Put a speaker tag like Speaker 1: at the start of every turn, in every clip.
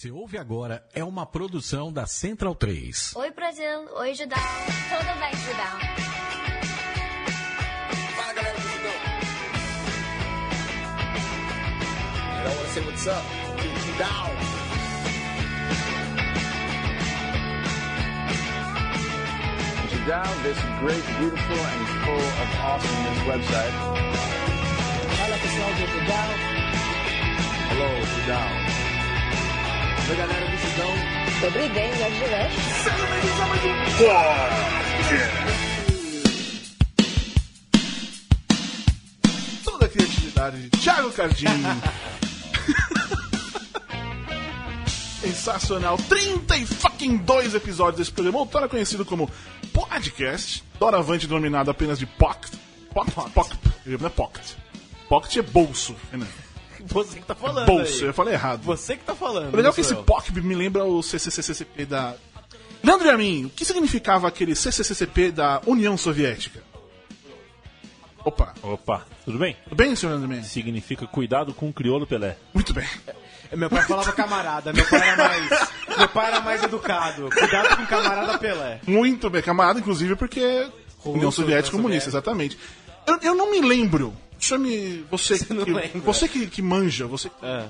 Speaker 1: Se ouve agora é uma produção da Central 3.
Speaker 2: Oi Brasil, oi Judão, tudo bem Judão?
Speaker 3: Fala galera do Judão. Hello, wanna say what's up? Judão. Judão, this great, beautiful, and full of awesomeness website. Fala pessoal do Judão. Hello, Judão. Oi galera do Judão.
Speaker 2: Добрый день, я
Speaker 3: Toda a criatividade de Thiago Cardim. Sensacional. 30 e fucking dois episódios desse programa, outrora conhecido como podcast, doravante denominado apenas de pocket. Pocket, pocket, não é pocket. Pocket é bolso, Renan.
Speaker 4: Você que tá falando.
Speaker 3: Bolso,
Speaker 4: aí.
Speaker 3: eu falei errado.
Speaker 4: Você que tá falando.
Speaker 3: O legal é
Speaker 4: não
Speaker 3: que esse
Speaker 4: sou eu.
Speaker 3: POCB me lembra o CCCCP da... Leandro e a mim, o que significava aquele CCCCP da União Soviética? Opa,
Speaker 5: Opa, tudo bem?
Speaker 3: tudo bem, senhor Leandro Mendes?
Speaker 5: Significa cuidado com o crioulo Pelé.
Speaker 3: Muito bem.
Speaker 4: É, Meu pai falava camarada, meu pai era mais. meu pai era mais educado. Cuidado com camarada Pelé.
Speaker 3: Muito bem, camarada, inclusive, porque União Soviética
Speaker 4: União Soviética.
Speaker 3: comunista, exatamente. Eu, eu não me lembro. Chame você,
Speaker 4: não
Speaker 3: que,
Speaker 4: lembra.
Speaker 3: você que, que manja, você que um
Speaker 4: Ah,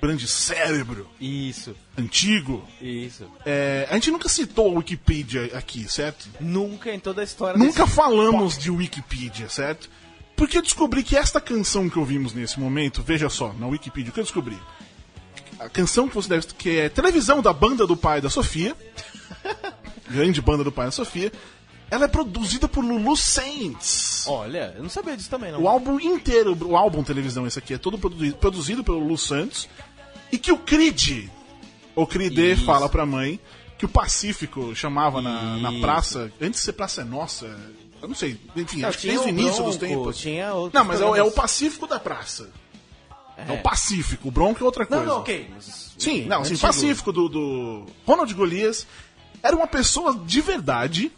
Speaker 3: grande cérebro,
Speaker 4: isso,
Speaker 3: antigo.
Speaker 4: isso.
Speaker 3: É, a gente nunca citou a Wikipedia aqui, certo?
Speaker 4: Nunca em toda a história
Speaker 3: Nunca falamos de Wikipedia, certo? Porque eu descobri que esta canção que ouvimos nesse momento, veja só, na Wikipedia, o que eu descobri? A canção que você deve. que é televisão da banda do pai da Sofia. grande banda do pai da Sofia. Ela é produzida por Lulu Saints.
Speaker 4: Olha, eu não sabia disso também, não.
Speaker 3: O álbum inteiro, o álbum televisão, esse aqui, é todo produzido, produzido pelo Lulu Santos. E que o Creed, o Creed
Speaker 4: Isso.
Speaker 3: fala pra mãe, que o Pacífico chamava na, na
Speaker 4: Isso.
Speaker 3: praça, antes de ser Praça é Nossa, eu não sei, enfim,
Speaker 4: Não,
Speaker 3: acho que
Speaker 4: tinha
Speaker 3: desde o
Speaker 4: o
Speaker 3: início dos
Speaker 4: Bronco,
Speaker 3: tempos.
Speaker 4: tinha outros
Speaker 3: não, mas é, o- é o
Speaker 4: programas.
Speaker 3: Pacífico da praça. É, o Pacífico, o Bronco é outra coisa.
Speaker 4: Não, não, ok. mas-
Speaker 3: Sim,
Speaker 4: ok,
Speaker 3: não, sim,
Speaker 4: antigo.
Speaker 3: Pacífico do, do Ronald Golias era uma pessoa de verdade.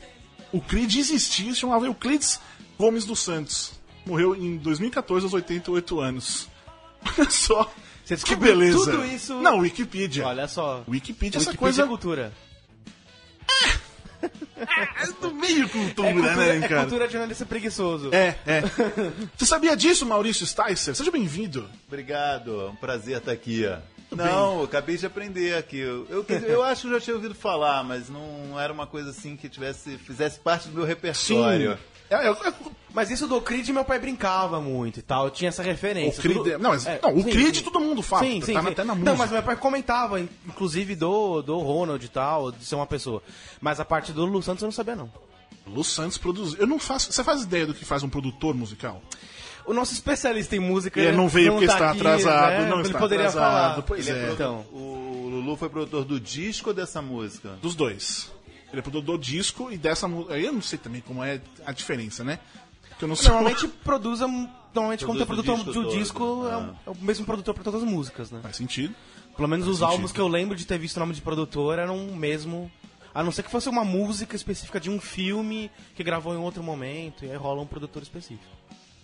Speaker 3: O Creed existia, se chamava Euclides Gomes dos Santos. Morreu em 2014 aos 88 anos. Olha só.
Speaker 4: Você
Speaker 3: que
Speaker 4: descobriu
Speaker 3: beleza.
Speaker 4: tudo isso?
Speaker 3: Não, Wikipedia.
Speaker 4: Olha só.
Speaker 3: Wikipedia, essa
Speaker 4: Wikipedia
Speaker 3: coisa
Speaker 4: é cultura.
Speaker 3: é do meio cultura,
Speaker 4: É cultura,
Speaker 3: né,
Speaker 4: é
Speaker 3: cara?
Speaker 4: cultura de jornalista preguiçoso.
Speaker 3: É, é. Você sabia disso, Maurício Sticer? Seja bem-vindo.
Speaker 6: Obrigado, é um prazer estar aqui. Não, eu acabei de aprender aqui. Eu, eu, quer dizer, eu acho que eu já tinha ouvido falar, mas não era uma coisa assim que tivesse, fizesse parte do meu repertório.
Speaker 3: É, é, é,
Speaker 4: Mas isso do Creed meu pai brincava muito e tal, tinha essa referência.
Speaker 3: O Creed é- não, mas- não, o Creed todo mundo fala,
Speaker 4: Sim,
Speaker 3: tá
Speaker 4: sim,
Speaker 3: na-
Speaker 4: sim.
Speaker 3: até na música.
Speaker 4: Não, mas meu pai comentava, in- inclusive do, do Ronald e tal, de ser uma pessoa. Mas a parte do Lu Santos eu não sabia não.
Speaker 3: Lu Santos produziu. Eu não faço. Você faz ideia do que faz um produtor musical?
Speaker 4: O nosso especialista em música
Speaker 3: Ele não veio porque
Speaker 4: tá
Speaker 3: está atrasado, não
Speaker 4: ele
Speaker 3: está
Speaker 4: poderia
Speaker 3: atrasado,
Speaker 4: falar.
Speaker 3: pois
Speaker 4: Ele
Speaker 3: é.
Speaker 4: Então,
Speaker 6: O Lulu foi produtor do disco ou dessa música?
Speaker 3: Dos dois. Ele é produtor do disco e dessa música. Eu não sei também como é a diferença, né? Que eu não sei.
Speaker 4: Então, normalmente produz a- normalmente como tem
Speaker 6: Produz o
Speaker 4: produtor
Speaker 6: disco
Speaker 4: do
Speaker 6: todo,
Speaker 4: disco, é, o-
Speaker 6: né?
Speaker 4: é o mesmo produtor para todas as músicas, né?
Speaker 3: é. Faz sentido.
Speaker 4: Pelo menos os
Speaker 3: sentido.
Speaker 4: álbuns que eu lembro de ter visto o nome de produtor eram o mesmo. A não ser que fosse uma música específica de um filme que gravou em um outro momento, e aí rola um produtor específico.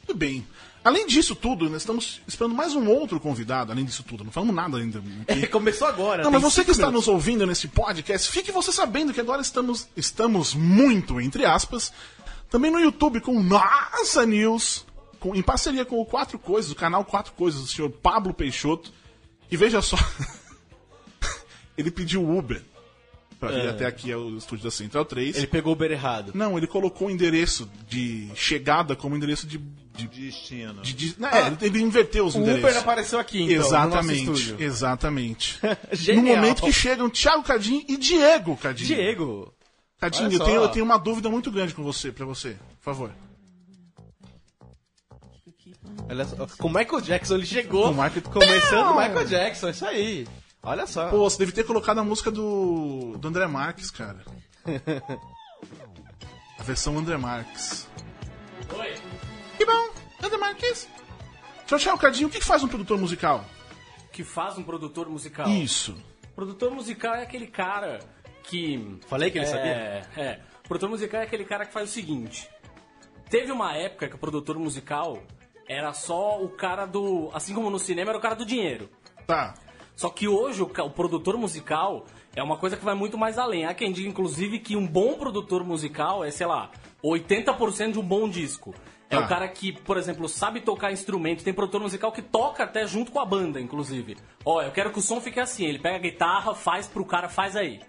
Speaker 3: Tudo bem. Além disso tudo, nós estamos esperando mais um outro convidado, além disso tudo. Não falamos nada ainda. né?
Speaker 4: começou agora,
Speaker 3: Não, mas você que está nos ouvindo nesse podcast, fique você sabendo que agora estamos, estamos muito, entre aspas, também no YouTube com o Nossa News, com- em parceria com o Quatro Coisas, o canal Quatro Coisas, o senhor Pablo Peixoto. E veja só, ele pediu Uber pra vir até aqui ao estúdio da Central 3.
Speaker 4: É. Ele pegou o Uber errado.
Speaker 3: Não, ele colocou o endereço de chegada como endereço de... de,
Speaker 6: Destino.
Speaker 3: de- de- né, ele- ele inverteu os
Speaker 4: Ah. O
Speaker 3: endereços.
Speaker 4: Uber apareceu aqui, então, no nosso
Speaker 3: Exatamente,
Speaker 4: estúdio.
Speaker 3: exatamente. no
Speaker 4: Genial.
Speaker 3: momento que chegam Thiago Cardim e Diego Cardim.
Speaker 4: Diego!
Speaker 3: Cardim,
Speaker 4: olha
Speaker 3: eu
Speaker 4: só.
Speaker 3: tenho, eu tenho uma dúvida muito grande com você, pra você, por favor.
Speaker 4: Olha só, com o Michael Jackson ele chegou.
Speaker 3: Com o Michael-
Speaker 4: Começando
Speaker 3: Não.
Speaker 4: o Michael Jackson, isso aí. Olha só.
Speaker 3: Pô, você deve ter colocado a música do, do André Marques, cara. a versão André Marques. Oi. Que bom, André Marques. Tchau, tchau, Cardinho. O que que faz um produtor musical?
Speaker 7: que faz um produtor musical.
Speaker 3: Isso.
Speaker 7: Produtor musical é aquele cara que.
Speaker 4: Falei que ele
Speaker 7: é,
Speaker 4: sabia?
Speaker 7: É. Produtor musical é aquele cara que faz o seguinte: teve uma época que o produtor musical era só o cara do. Assim como no cinema era o cara do dinheiro.
Speaker 3: Tá.
Speaker 7: Só que hoje o, ca- o produtor musical é uma coisa que vai muito mais além. Há quem diga, inclusive, que um bom produtor musical é, sei lá, 80% de um bom disco. É
Speaker 3: Ah.
Speaker 7: o cara que, por exemplo, sabe tocar instrumento. Tem produtor musical que toca até junto com a banda, inclusive. Ó, eu quero que o som fique assim. Ele pega a guitarra, faz pro cara, faz aí.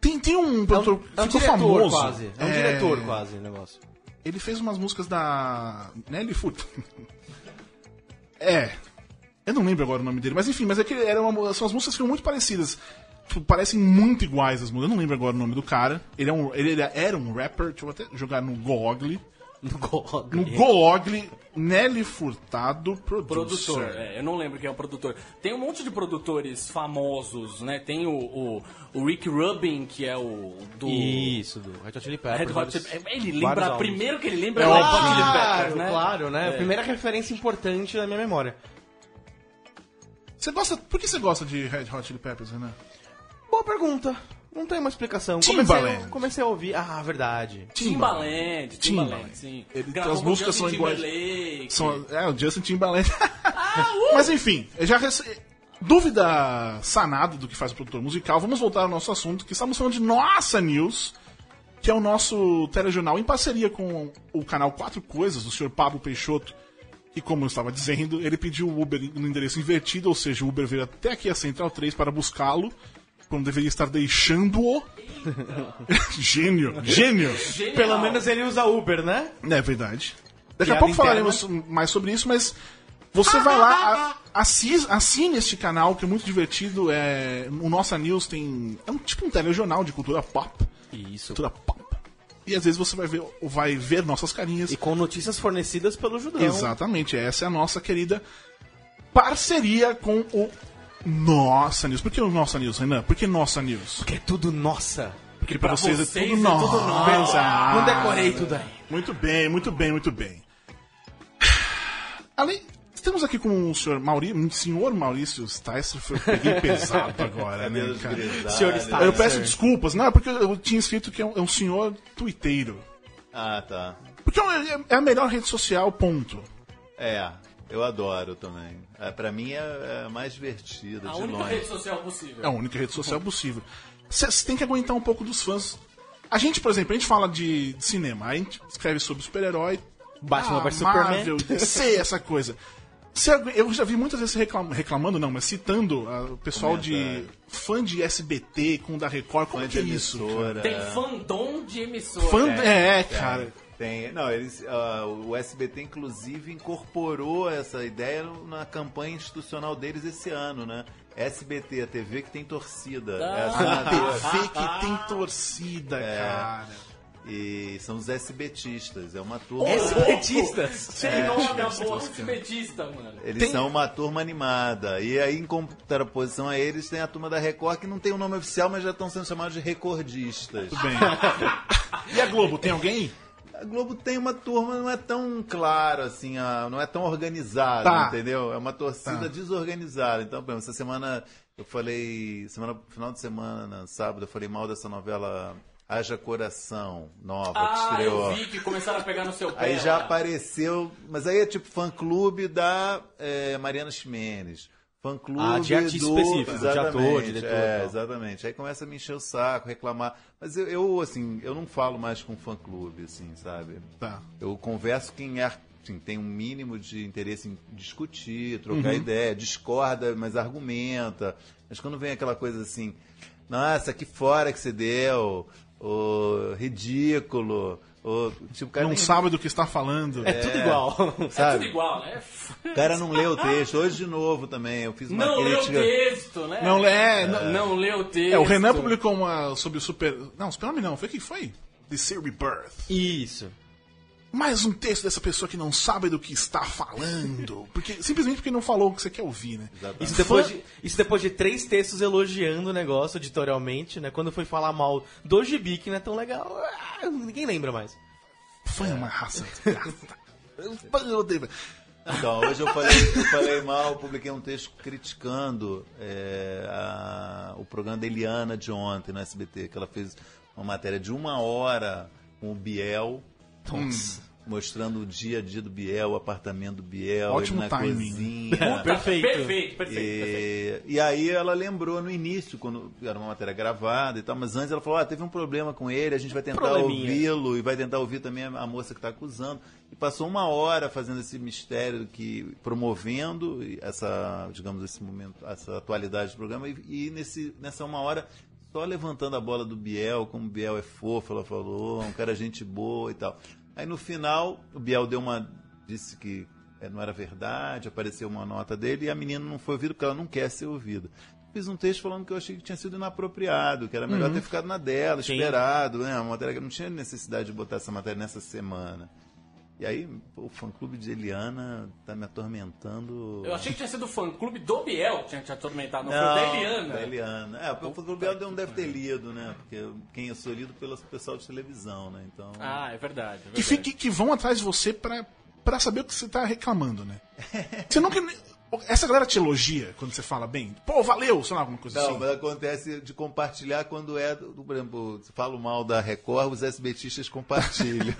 Speaker 3: Tem, tem um produtor
Speaker 4: É um
Speaker 3: ficou
Speaker 4: diretor
Speaker 3: famoso.
Speaker 4: quase. É um diretor quase o negócio.
Speaker 3: Ele fez umas músicas da. Nelly Furt. é. Eu não lembro agora o nome dele, mas enfim, mas é que era uma- são as músicas que são muito parecidas. Tipo, parecem muito iguais as músicas. Eu não lembro agora o nome do cara. Ele, é um, ele, ele era um rapper, deixa eu até jogar no Google.
Speaker 7: No Gog.
Speaker 3: No Google, Nelly Furtado Producer.
Speaker 7: Produtor, é, eu não lembro quem é o produtor. Tem um monte de produtores famosos, né? Tem o, o- o Rick Rubin, que é o do.
Speaker 4: Isso, do Red Hot Chili Peppers.
Speaker 7: Red Hot Chili-
Speaker 4: Vários-
Speaker 7: Ele
Speaker 4: vários
Speaker 7: lembra,
Speaker 4: álbuns.
Speaker 7: primeiro que ele lembra
Speaker 3: É
Speaker 7: é o Red Hot Chili
Speaker 4: Claro,
Speaker 7: Peppers, né?
Speaker 4: claro, né? Primeira referência importante na minha memória.
Speaker 3: Você gosta. Por que você gosta de Red Hot Chili Peppers, Renan?
Speaker 4: Boa pergunta. Não tem uma explicação.
Speaker 3: Timbaland.
Speaker 4: Comecei, comecei a ouvir. Ah, verdade.
Speaker 7: Timbaland,
Speaker 3: Timbaland.
Speaker 7: Timbaland, sim.
Speaker 3: Ele-
Speaker 7: Gravou
Speaker 3: as
Speaker 7: com
Speaker 3: músicas
Speaker 7: Justin
Speaker 3: são iguais.
Speaker 7: Timberlake.
Speaker 3: São, é, o Justin Timberlake. Mas enfim, eu já rece... dúvida sanada do que faz o produtor musical. Vamos voltar ao nosso assunto, que estamos falando de Nossa News, que é o nosso telejornal em parceria com o canal Quatro Coisas, do senhor Pablo Peixoto. E como eu estava dizendo, ele pediu o Uber no endereço invertido, ou seja, o Uber veio até aqui a Central 3 para buscá-lo, quando deveria estar deixando-o. gênio, gênio.
Speaker 7: Genial.
Speaker 4: Pelo menos ele usa Uber, né?
Speaker 3: É verdade. Daqui a
Speaker 4: Piada
Speaker 3: pouco
Speaker 4: interna.
Speaker 3: falaremos mais sobre isso, mas você vai lá, a- assis- assine este canal, que é muito divertido. É, o Nossa News tem. É um tipo um telejornal de cultura pop.
Speaker 4: Isso.
Speaker 3: Cultura pop. E às vezes você vai ver, vai ver nossas carinhas.
Speaker 4: E com notícias fornecidas pelo Judão.
Speaker 3: Exatamente, essa é a nossa querida parceria com o Nossa News. Por que o Nossa News, Renan? Por que Nossa News?
Speaker 4: Porque é tudo nossa.
Speaker 3: Porque pra vocês, é
Speaker 7: vocês
Speaker 3: tudo
Speaker 7: é
Speaker 3: nossa.
Speaker 7: tudo nossa.
Speaker 4: Não decorei tudo aí.
Speaker 3: Muito bem, muito bem, muito bem. Além, estamos aqui com o senhor Maurício, senhor Maurício Sticer, foi peguei pesado agora, né,
Speaker 6: Deus
Speaker 3: cara?
Speaker 6: grisalho.
Speaker 4: Senhor está-
Speaker 3: Eu peço desculpas, não, é porque eu tinha escrito que é um, é um senhor tuiteiro.
Speaker 6: Ah, tá.
Speaker 3: Porque é um- é a melhor rede social, ponto.
Speaker 6: É, eu adoro também. É, pra mim é, é a mais divertida,
Speaker 7: A
Speaker 6: de
Speaker 7: única
Speaker 6: longe.
Speaker 7: rede social possível.
Speaker 3: É a única rede social possível. Você tem que aguentar um pouco dos fãs. A gente, por exemplo, a gente fala de, de cinema, a gente escreve sobre super-herói. ah,
Speaker 4: Batman vs Superman.
Speaker 3: Marvel, DC, essa coisa. Cê agu- eu já vi muitas vezes reclam- reclamando, não, mas citando ah, o pessoal de
Speaker 6: Comentário.
Speaker 3: fã de SBT com o da Record, como
Speaker 6: é. Fã
Speaker 3: que
Speaker 6: de
Speaker 3: é isso?
Speaker 6: emissora.
Speaker 7: Tem fandom de emissora.
Speaker 3: Fã, é, cara.
Speaker 6: Tem, não, eles, ah, o SBT inclusive incorporou essa ideia na campanha institucional deles esse ano, né? SBT, a TV que tem torcida.
Speaker 7: Ah,
Speaker 6: É a
Speaker 3: A
Speaker 6: assinatura.
Speaker 3: TV que tem torcida, cara.
Speaker 6: E são os SBTistas, é uma turma.
Speaker 4: Petistas.
Speaker 7: Tem nome da boa petista, mano.
Speaker 6: Eles são uma turma animada. E aí, em contraposição a eles, tem a turma da Record, que não tem o nome oficial, mas já estão sendo chamados de recordistas.
Speaker 3: Tudo bem. e a Globo, tem alguém?
Speaker 6: A Globo tem uma turma, não é tão clara, assim, a- não é tão organizada,
Speaker 3: Tá.
Speaker 6: entendeu? É uma torcida
Speaker 3: Tá.
Speaker 6: desorganizada. Então, por exemplo, essa semana eu falei, semana, final de semana, sábado, eu falei mal dessa novela Haja Coração, nova, que
Speaker 7: Ah,
Speaker 6: estreou.
Speaker 7: eu vi que começaram a pegar no seu pé.
Speaker 6: é Aí já
Speaker 7: lá.
Speaker 6: apareceu, mas aí é tipo fã-clube da eh, Mariana Ximenes. Fã-clube
Speaker 4: Ah, de artista
Speaker 6: do...
Speaker 4: específico, de
Speaker 6: exatamente,
Speaker 4: ator, diretor,
Speaker 6: É,
Speaker 4: tal.
Speaker 6: exatamente. Aí começa a me encher o saco, reclamar. Mas eu, eu, assim, eu não falo mais com fã-clube, assim, sabe?
Speaker 3: Tá.
Speaker 6: Eu converso quem é, assim, tem um mínimo de interesse em discutir, trocar
Speaker 3: Uhum.
Speaker 6: ideia, discorda, mas argumenta. Mas quando vem aquela coisa assim, nossa, que fora que você deu, ô, ridículo, ô, tipo, o cara
Speaker 3: Não
Speaker 6: nem-
Speaker 3: sabe do É um que está falando.
Speaker 4: É tudo igual.
Speaker 7: É
Speaker 6: sabe?
Speaker 7: tudo igual, né?
Speaker 6: O cara não leu o texto. Hoje de novo também, eu fiz uma
Speaker 7: Não leu o
Speaker 6: crítica.
Speaker 7: texto, né?
Speaker 3: Não, é, não,
Speaker 7: Não leu o texto.
Speaker 3: É, o Renan publicou uma sobre o Super. Não, Super-Homem não, foi quem foi? DC Rebirth.
Speaker 4: Isso.
Speaker 3: Mais um texto dessa pessoa que não sabe do que está falando. Porque, simplesmente porque não falou o que você quer ouvir, né?
Speaker 4: Isso depois,
Speaker 3: Fã-
Speaker 4: de, isso depois de três textos elogiando o negócio editorialmente, né? Quando foi falar mal do Gibi, que não é tão legal, ah, ninguém lembra mais.
Speaker 3: Fã é uma raça. desgraçada. Eu- eu odeio-
Speaker 6: Então, hoje eu falei, eu falei mal, publiquei um texto criticando é, a- o programa da Eliana de ontem no SBT, que ela fez uma matéria de uma hora com o Biel.
Speaker 4: Nossa.
Speaker 6: mostrando o dia a dia do Biel, o apartamento do Biel,
Speaker 3: Ótimo
Speaker 6: ele na
Speaker 3: timing.
Speaker 6: cozinha.
Speaker 4: Perfeito.
Speaker 7: Perfeito, perfeito, perfeito.
Speaker 6: E, e aí ela lembrou no início, quando era uma matéria gravada e tal, mas antes ela falou, ah, teve um problema com ele, a gente vai tentar
Speaker 4: Probleminha.
Speaker 6: ouvi-lo e vai tentar ouvir também a moça que está acusando. E passou uma hora fazendo esse mistério que promovendo essa, digamos, esse momento, essa atualidade do programa e, e nesse, nessa uma hora só levantando a bola do Biel, como o Biel é fofo, ela falou, é um cara gente boa e tal. Aí no final, o Biel deu uma disse que eh, não era verdade, apareceu uma nota dele e a menina não foi ouvida porque ela não quer ser ouvida. Fiz um texto falando que eu achei que tinha sido inapropriado, que era melhor ter ficado na dela,
Speaker 4: Sim.
Speaker 6: esperado, né? Uma matéria que não tinha necessidade de botar essa matéria nessa semana. E aí, pô, o fã-clube de Eliana tá me atormentando.
Speaker 7: Eu achei que tinha sido o fã-clube do Biel que tinha te atormentado, não,
Speaker 6: Não,
Speaker 7: foi o da Eliana.
Speaker 6: Da Eliana. É, porque o Biel não deve ter lido, né? Porque quem eu sou lido pelo pessoal de televisão, né? Então.
Speaker 7: Ah, é verdade. é
Speaker 3: Que,
Speaker 7: verdade.
Speaker 3: fique, que vão atrás de você pra, pra saber o que você tá reclamando, né? Você nunca. Essa galera te elogia quando você fala bem. Pô, valeu, sei lá, alguma coisa
Speaker 6: Não,
Speaker 3: assim.
Speaker 6: mas acontece de compartilhar quando é, do, do- por exemplo, se falo mal da Record, os SBTistas compartilham.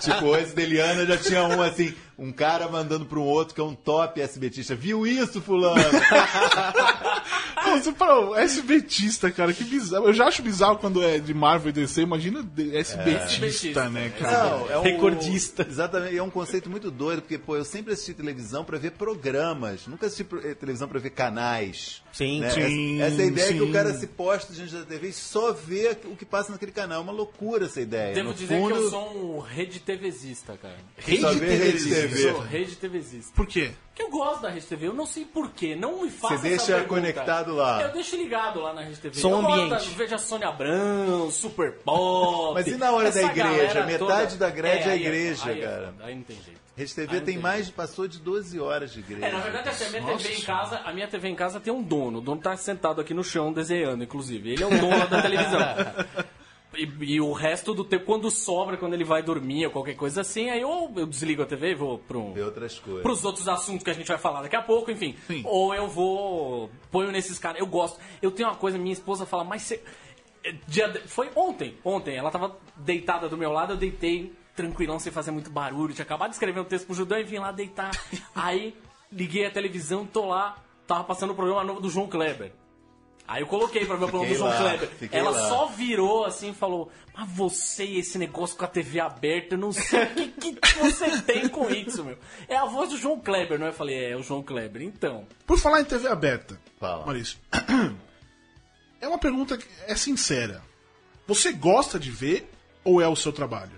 Speaker 6: tipo, antes da Eliana já tinha um assim, um cara mandando para um outro que é um top SBTista. Viu isso, fulano?
Speaker 3: Não, Ah, você fala, "Ô, SBTista, cara, que bizarro. Eu já acho bizarro quando é de Marvel e DC, imagina de- SBTista,
Speaker 7: SBTista,
Speaker 3: né, cara?
Speaker 6: Não, é um,
Speaker 4: Recordista.
Speaker 6: Exatamente, é um conceito muito doido, porque, pô, eu sempre assisti televisão pra ver programas, nunca assisti pro- eh, televisão pra ver canais.
Speaker 4: Sim,
Speaker 6: né?
Speaker 3: sim,
Speaker 6: Essa, essa ideia que
Speaker 3: sim.
Speaker 6: o cara se posta diante da TV e só vê o que passa naquele canal. É uma loucura essa ideia.
Speaker 7: Devo
Speaker 6: É, No
Speaker 7: dizer
Speaker 6: fundo,
Speaker 7: que eu sou um rede TVzista, cara.
Speaker 3: Rede
Speaker 6: só vê rede
Speaker 3: TV.
Speaker 6: TV.
Speaker 7: Sou rede TVzista.
Speaker 3: Por quê?
Speaker 7: Porque eu gosto da Rede TV, eu não sei porquê, não me faça
Speaker 6: Você
Speaker 7: essa
Speaker 6: deixa
Speaker 7: pergunta.
Speaker 6: conectado lá.
Speaker 7: Eu deixo ligado lá na Rede TV.
Speaker 4: Som
Speaker 7: eu gosto
Speaker 4: ambiente.
Speaker 7: da- vejo a Sônia Abrão, Super Pop.
Speaker 6: Mas e na hora da
Speaker 7: essa
Speaker 6: igreja?
Speaker 7: galera
Speaker 6: Metade da grade é
Speaker 7: aí
Speaker 6: igreja,
Speaker 7: aí
Speaker 6: cara.
Speaker 7: foda, aí não tem jeito.
Speaker 6: Rede TV
Speaker 7: não
Speaker 6: tem
Speaker 7: tem
Speaker 6: mais, passou de 12 horas de igreja.
Speaker 7: É, na verdade, assim, a minha
Speaker 3: Nossa
Speaker 7: TV em
Speaker 3: Senhora.
Speaker 7: casa, a minha TV em casa tem um dono. O dono tá sentado aqui no chão desenhando, inclusive. Ele é o dono da televisão. E, e o resto do tempo, quando sobra, quando ele vai dormir ou qualquer coisa assim, aí ou eu desligo a TV e vou pro um,
Speaker 6: Vê outras coisas.
Speaker 7: pros outros assuntos que a gente vai falar daqui a pouco, enfim.
Speaker 3: Sim.
Speaker 7: Ou eu vou. ponho nesses caras. Eu gosto. Eu tenho uma coisa, minha esposa fala, mas você. é, dia de- Foi ontem, ontem. Ela tava deitada do meu lado, eu deitei tranquilão, sem fazer muito barulho. Tinha acabado de escrever um texto pro Judão e vim lá deitar. Aí liguei a televisão, tô lá. Tava passando o programa novo do João Kleber. Aí eu coloquei pra ver o programa do
Speaker 6: Fiquei
Speaker 7: João
Speaker 6: lá,
Speaker 7: Kleber.
Speaker 6: fiquei
Speaker 7: Ela
Speaker 6: lá.
Speaker 7: só virou assim e falou: Mas você e esse negócio com a TV aberta, eu não sei o que, que você tem com isso, meu. É a voz do João Kleber, não é? Eu falei: É, é o João Kleber. Então,
Speaker 3: Por falar em TV aberta,
Speaker 6: Fala.
Speaker 3: Maurício, é uma pergunta que é sincera. Você gosta de ver ou é o seu trabalho?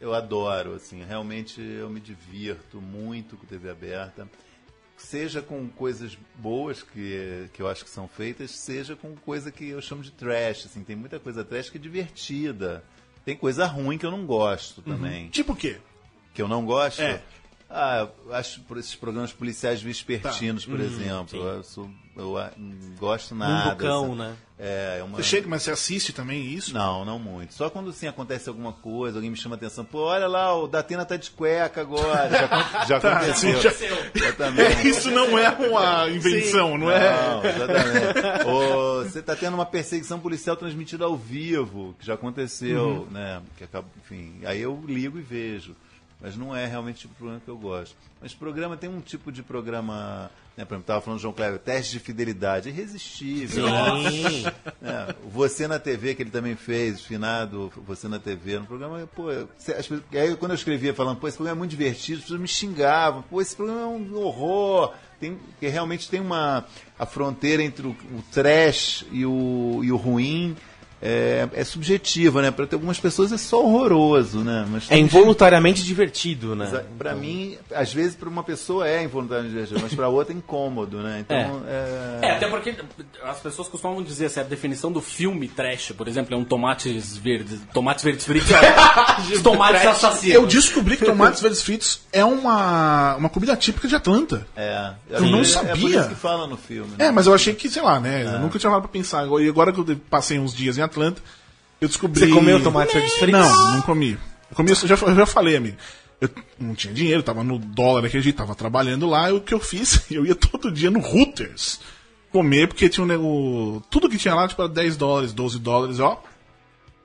Speaker 6: Eu adoro, assim, realmente eu me divirto muito com TV aberta. Seja com coisas boas que, que eu acho que são feitas, seja com coisa que eu chamo de trash, assim, tem muita coisa trash que é divertida. Tem coisa ruim que eu não gosto também.
Speaker 3: Tipo o quê?
Speaker 6: Que eu não gosto?
Speaker 3: É.
Speaker 6: Ah, eu acho por esses programas policiais vespertinos, por exemplo. Eu, sou- eu, ah, não gosto nada.
Speaker 4: Mumbucão,
Speaker 6: assim.
Speaker 4: né?
Speaker 6: É, é uma...
Speaker 3: Você chega, mas você assiste também isso?
Speaker 6: Não, não muito. Só quando assim acontece alguma coisa, alguém me chama a atenção. Pô, olha lá, o Datena tá de cueca agora. Já, acon- já aconteceu.
Speaker 3: Ah, Tá, já-
Speaker 6: Eu também.
Speaker 3: É, isso não é uma invenção, não é?
Speaker 6: Não, exatamente. Ô, Você tá tendo uma perseguição policial transmitida ao vivo, que já aconteceu,
Speaker 3: Uhum.
Speaker 6: né? Que acaba, enfim, aí eu ligo e vejo. Mas não é realmente o tipo de programa que eu gosto. Mas programa tem um tipo de programa, né? Por exemplo, tava falando do João Cléber, teste de fidelidade, É irresistível. né?
Speaker 4: Sim.
Speaker 6: É, o Você na TV, que ele também fez, finado Você na TV, no programa, pô, cê- as pessoas- aí quando eu escrevia falando, pô, esse programa é muito divertido, as pessoas me xingavam, pô, esse programa é um horror, tem, que realmente tem uma, a fronteira entre o, o trash e o, e o ruim, é, é subjetiva, né, pra ter algumas pessoas é só horroroso, né, mas
Speaker 4: É
Speaker 6: tem
Speaker 4: involuntariamente divertido, né?
Speaker 6: Pra Pra mim, às vezes pra uma pessoa é involuntariamente divertido, mas pra outra é incômodo, né? Então, é.
Speaker 7: É, até porque as pessoas costumam dizer assim, a definição do filme trash, por exemplo, é um tomates verdes, tomates verdes fritos, é, tomates assassinos.
Speaker 3: Eu descobri que tomates verdes fritos é uma, uma comida típica de Atlanta.
Speaker 6: é.
Speaker 3: Eu não
Speaker 6: É por
Speaker 3: sabia.
Speaker 6: isso que fala no filme, né?
Speaker 3: É, mas eu achei que, sei lá, né?
Speaker 6: É.
Speaker 3: Eu nunca tinha parado pra pensar. Agora- E agora que eu de- passei uns dias em Atlanta, eu descobri.
Speaker 4: Você comeu tomate verde frito?
Speaker 3: Não, não comi. Eu comi, eu já, eu já falei, amigo. Eu não tinha dinheiro, tava no dólar daquele jeito, tava trabalhando lá. E o que eu fiz? Eu ia todo dia no Hooters comer, porque tinha um nego. Tudo que tinha lá, tipo, era 10 dólares, 12 dólares, ó.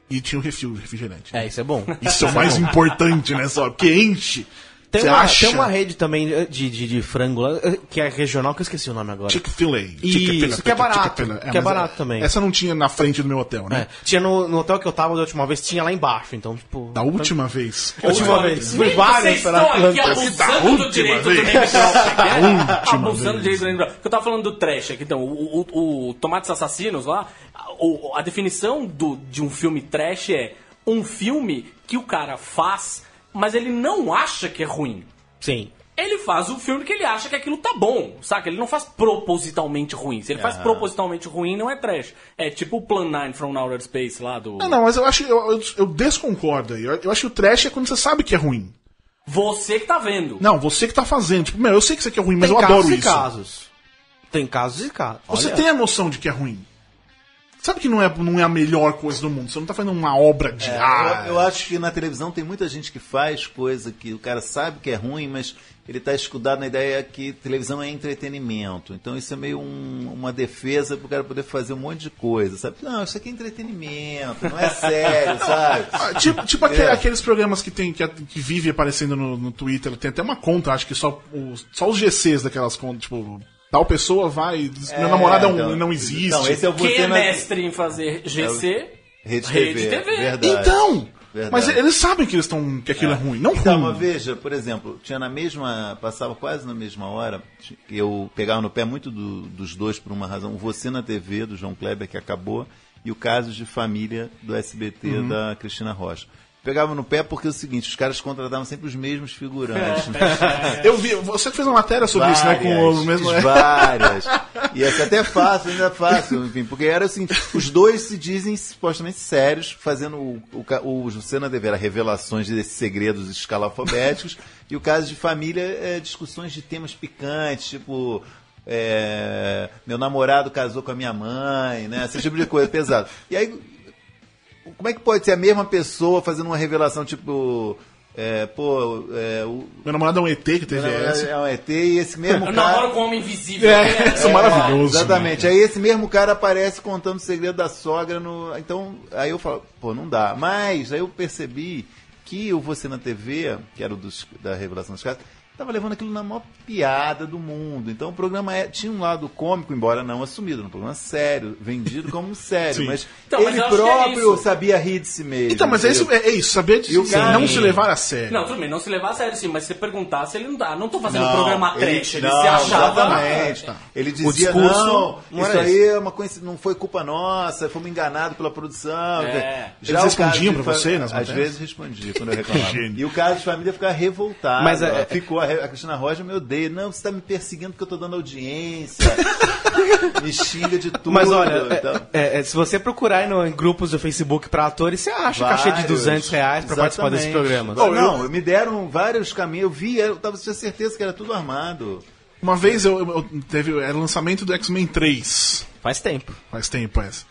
Speaker 3: E tinha o refil de refrigerante.
Speaker 4: É, isso é bom.
Speaker 3: Isso é o mais importante, né, só? Porque enche.
Speaker 4: Tem
Speaker 3: Você
Speaker 4: uma,
Speaker 3: acha?
Speaker 4: tem uma rede também eh, de, de, de frango lá, eh, que é regional, que eu esqueci o nome agora.
Speaker 3: Chick-fil-A.
Speaker 4: Isso, que é barato, que é barato também.
Speaker 3: Essa não tinha na frente do meu hotel, né?
Speaker 4: É, tinha no, no hotel que eu tava da última vez, tinha lá embaixo, então, tipo.
Speaker 3: Da última vez.
Speaker 4: A última vez. Foi vários
Speaker 7: Vocês
Speaker 4: pela
Speaker 7: estão aqui
Speaker 4: Atlanta.
Speaker 7: abusando
Speaker 3: Da
Speaker 7: do direito do
Speaker 3: última
Speaker 7: Name
Speaker 3: vez.
Speaker 7: Drop, né?
Speaker 3: Da última
Speaker 7: Abusando
Speaker 3: vez.
Speaker 7: do direito do Name Drop. Porque Eu tava falando do trash aqui, então. O, o- o Tomates Assassinos lá, a- o- a definição do, de um filme trash é um filme que o cara faz, mas ele não acha que é ruim.
Speaker 4: então, Sim.
Speaker 7: Ele faz o filme que ele acha que aquilo tá bom, saca? Ele não faz propositalmente ruim. Se ele faz propositalmente ruim, não é trash. É tipo o Plan 9 from Outer Space lá do.
Speaker 4: Ah,
Speaker 3: Não, não, mas eu acho. Eu, eu, eu desconcordo aí. Eu, eu acho que o trash é quando você sabe que é ruim.
Speaker 7: Você que tá vendo.
Speaker 3: Não, você que tá fazendo. Tipo, meu, eu sei que isso aqui é ruim, mas
Speaker 4: Tem
Speaker 3: eu
Speaker 4: casos
Speaker 3: adoro
Speaker 4: e
Speaker 3: isso.
Speaker 4: casos. Tem casos e casos.
Speaker 3: Você
Speaker 4: Olha,
Speaker 3: tem a noção de que é ruim. Sabe que não é, não é a melhor coisa do mundo. Você não tá fazendo uma obra de
Speaker 6: Ah,
Speaker 3: arte.
Speaker 6: eu, eu acho que na televisão tem muita gente que faz coisa que o cara sabe que é ruim, mas ele está escudado na ideia que televisão é entretenimento. Então isso é meio um- uma defesa para o cara poder fazer um monte de coisa, sabe? Não, isso aqui é entretenimento, não é sério,
Speaker 3: Ah,
Speaker 6: sabe?
Speaker 3: Tipo, tipo aque-
Speaker 6: É.
Speaker 3: aqueles programas que tem que, que vive aparecendo no, no Twitter. Tem até uma conta, acho que só os, só os GCs daquelas contas. Tipo, tal pessoa vai. diz, meu namorado é um-
Speaker 6: então-
Speaker 3: não existe.
Speaker 6: Então, esse é o
Speaker 7: Quem
Speaker 6: você É
Speaker 7: é
Speaker 6: na
Speaker 7: mestre em fazer GC?
Speaker 6: Rede TV.
Speaker 7: Rede TV.
Speaker 6: Verdade.
Speaker 3: Então!
Speaker 6: é Verdade.
Speaker 3: Mas eles sabem que, eles tão, que aquilo é, ruim. Não
Speaker 6: Então, mas
Speaker 3: ruim.
Speaker 6: veja, por exemplo, tinha na mesma. Passava quase na mesma hora. que Eu pegava no pé muito do- dos dois por uma razão. Você na TV, do João Kleber, que acabou, e o caso de família do SBT da Cristina Rocha. Pegava no pé porque é o seguinte, os caras contratavam sempre os mesmos figurantes. né?
Speaker 3: Eu vi, você que fez uma matéria sobre isso, né? Com o mesmo.
Speaker 6: fiz várias. E essa até é fácil, ainda é fácil, enfim, porque era assim, os dois se dizem supostamente sérios, fazendo o, o, ca- o Jucena Devera revelações desses segredos escalafobéticos, e o caso de família é discussões de temas picantes, tipo. é, meu namorado casou com a minha mãe, né? Esse tipo de coisa pesado. E aí como é que pode ser a mesma pessoa fazendo uma revelação tipo. É, pô, é, o,
Speaker 3: Meu namorado é um ET que teve essa.
Speaker 6: é um ET e esse mesmo
Speaker 7: Eu
Speaker 6: cara.
Speaker 7: namoro com um homem invisível.
Speaker 3: É, isso é maravilhoso.
Speaker 6: Exatamente.
Speaker 3: né?
Speaker 6: Aí esse mesmo cara aparece contando o segredo da sogra no. Então, aí eu falo, pô, não dá. Mas aí eu percebi que o Você na TV, que era o dos- da Revelação dos Casos, tava levando aquilo na maior piada do mundo. Então o programa é- tinha um lado cômico, embora não assumido, era um programa sério, vendido como um sério.
Speaker 3: Sim.
Speaker 6: Mas
Speaker 7: Então, mas
Speaker 6: ele
Speaker 7: eu acho que é
Speaker 6: próprio
Speaker 7: isso.
Speaker 6: sabia rir de si mesmo.
Speaker 3: Então, mas é isso,
Speaker 6: entendeu?
Speaker 3: é, é isso saber de
Speaker 6: E o
Speaker 3: sim,
Speaker 6: cara-
Speaker 3: não se levar a sério.
Speaker 7: Não, tudo bem, não se levar a sério, sim, mas se você perguntasse, ele não dá. Não tô fazendo
Speaker 6: Não,
Speaker 7: programa trash, ele,
Speaker 6: não,
Speaker 7: se achava.
Speaker 6: Exatamente. Ele dizia,
Speaker 4: discurso
Speaker 6: não,
Speaker 4: não
Speaker 6: isso
Speaker 4: era
Speaker 6: aí é uma coincidência, não foi culpa nossa, fomos enganados pela produção.
Speaker 7: É.
Speaker 3: Eles
Speaker 6: o
Speaker 3: respondiam
Speaker 6: caso de
Speaker 3: pra
Speaker 6: fa-
Speaker 3: você nas
Speaker 6: Às
Speaker 3: matérias?
Speaker 6: vezes respondi quando eu reclamava.
Speaker 3: Gênio.
Speaker 6: e o caso de família ficava revoltado.
Speaker 4: Mas é-
Speaker 6: ó. Ficou, a, re- a Cristina Rocha me odeia. Não, você tá me perseguindo porque eu tô dando audiência. me xinga de tudo.
Speaker 4: Mas olha,
Speaker 6: então.
Speaker 4: é- é- é, se você procurar no- em grupos do Facebook pra atores, você acha cachê de
Speaker 6: Vários.
Speaker 4: 200 reais pra participar desse
Speaker 6: Exatamente.
Speaker 4: programa.
Speaker 6: Não, não, me deram vários caminhos. Eu vi, eu tava, tinha certeza que era tudo armado.
Speaker 3: Uma vez eu, eu- eu- teve era o lançamento do X-Men 3.
Speaker 4: Faz tempo.
Speaker 3: Faz tempo essa.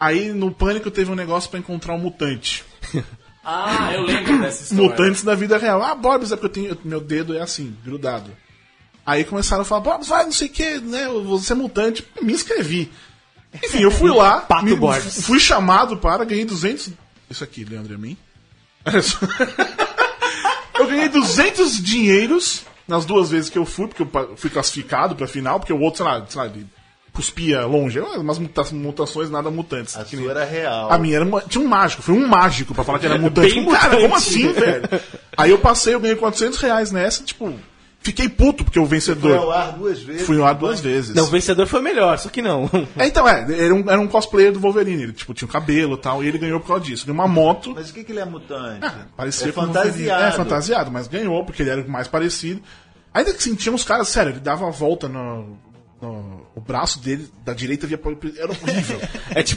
Speaker 3: Aí no pânico teve um negócio pra encontrar um mutante.
Speaker 7: Ah, eu lembro dessa história.
Speaker 3: Mutantes da vida real. Ah, Borbs, é porque eu tenho. eu- Meu dedo é assim, grudado. Aí começaram a falar, Borbs, vai, não sei o que, né? eu vou ser mutante. Me inscrevi. Enfim, eu fui lá.
Speaker 4: Pato
Speaker 3: me-
Speaker 4: Borbs.
Speaker 3: Fui chamado para, ganhei 200. Isso aqui, Leandro, é mim? Olha só. eu ganhei 200 dinheiros nas duas vezes que eu fui, porque eu pa- fui classificado pra final, porque o outro, sei lá, sei lá ele cuspia longe. Eram Umas muta- mutações, nada mutantes.
Speaker 6: A
Speaker 3: Que nem-
Speaker 6: sua era real.
Speaker 3: a minha era uma- tinha um mágico, foi um mágico pra falar que era mutante.
Speaker 4: Bem
Speaker 3: Tipo, Cara,
Speaker 4: mutante.
Speaker 3: como assim, velho? Aí eu passei, eu ganhei 400 reais nessa, tipo, fiquei puto porque o
Speaker 6: Foi ao
Speaker 3: vencedor.
Speaker 6: ar duas vezes.
Speaker 3: Fui ao ar duas vezes.
Speaker 4: Não, o vencedor foi melhor, só que não.
Speaker 3: É, então, é, era um, era um cosplayer do Wolverine, ele tipo, tinha um cabelo e tal, e ele ganhou por causa disso. Ganhou uma moto,
Speaker 6: Mas o que, que ele é mutante?
Speaker 3: Ah, parecia
Speaker 6: é
Speaker 3: com o
Speaker 6: fantasiado.
Speaker 3: Wolverine. É, fantasiado, mas ganhou porque ele era o mais parecido. Ainda que sentia uns caras, sério, ele dava a volta no. no- o braço dele, da direita, via. Era horrível.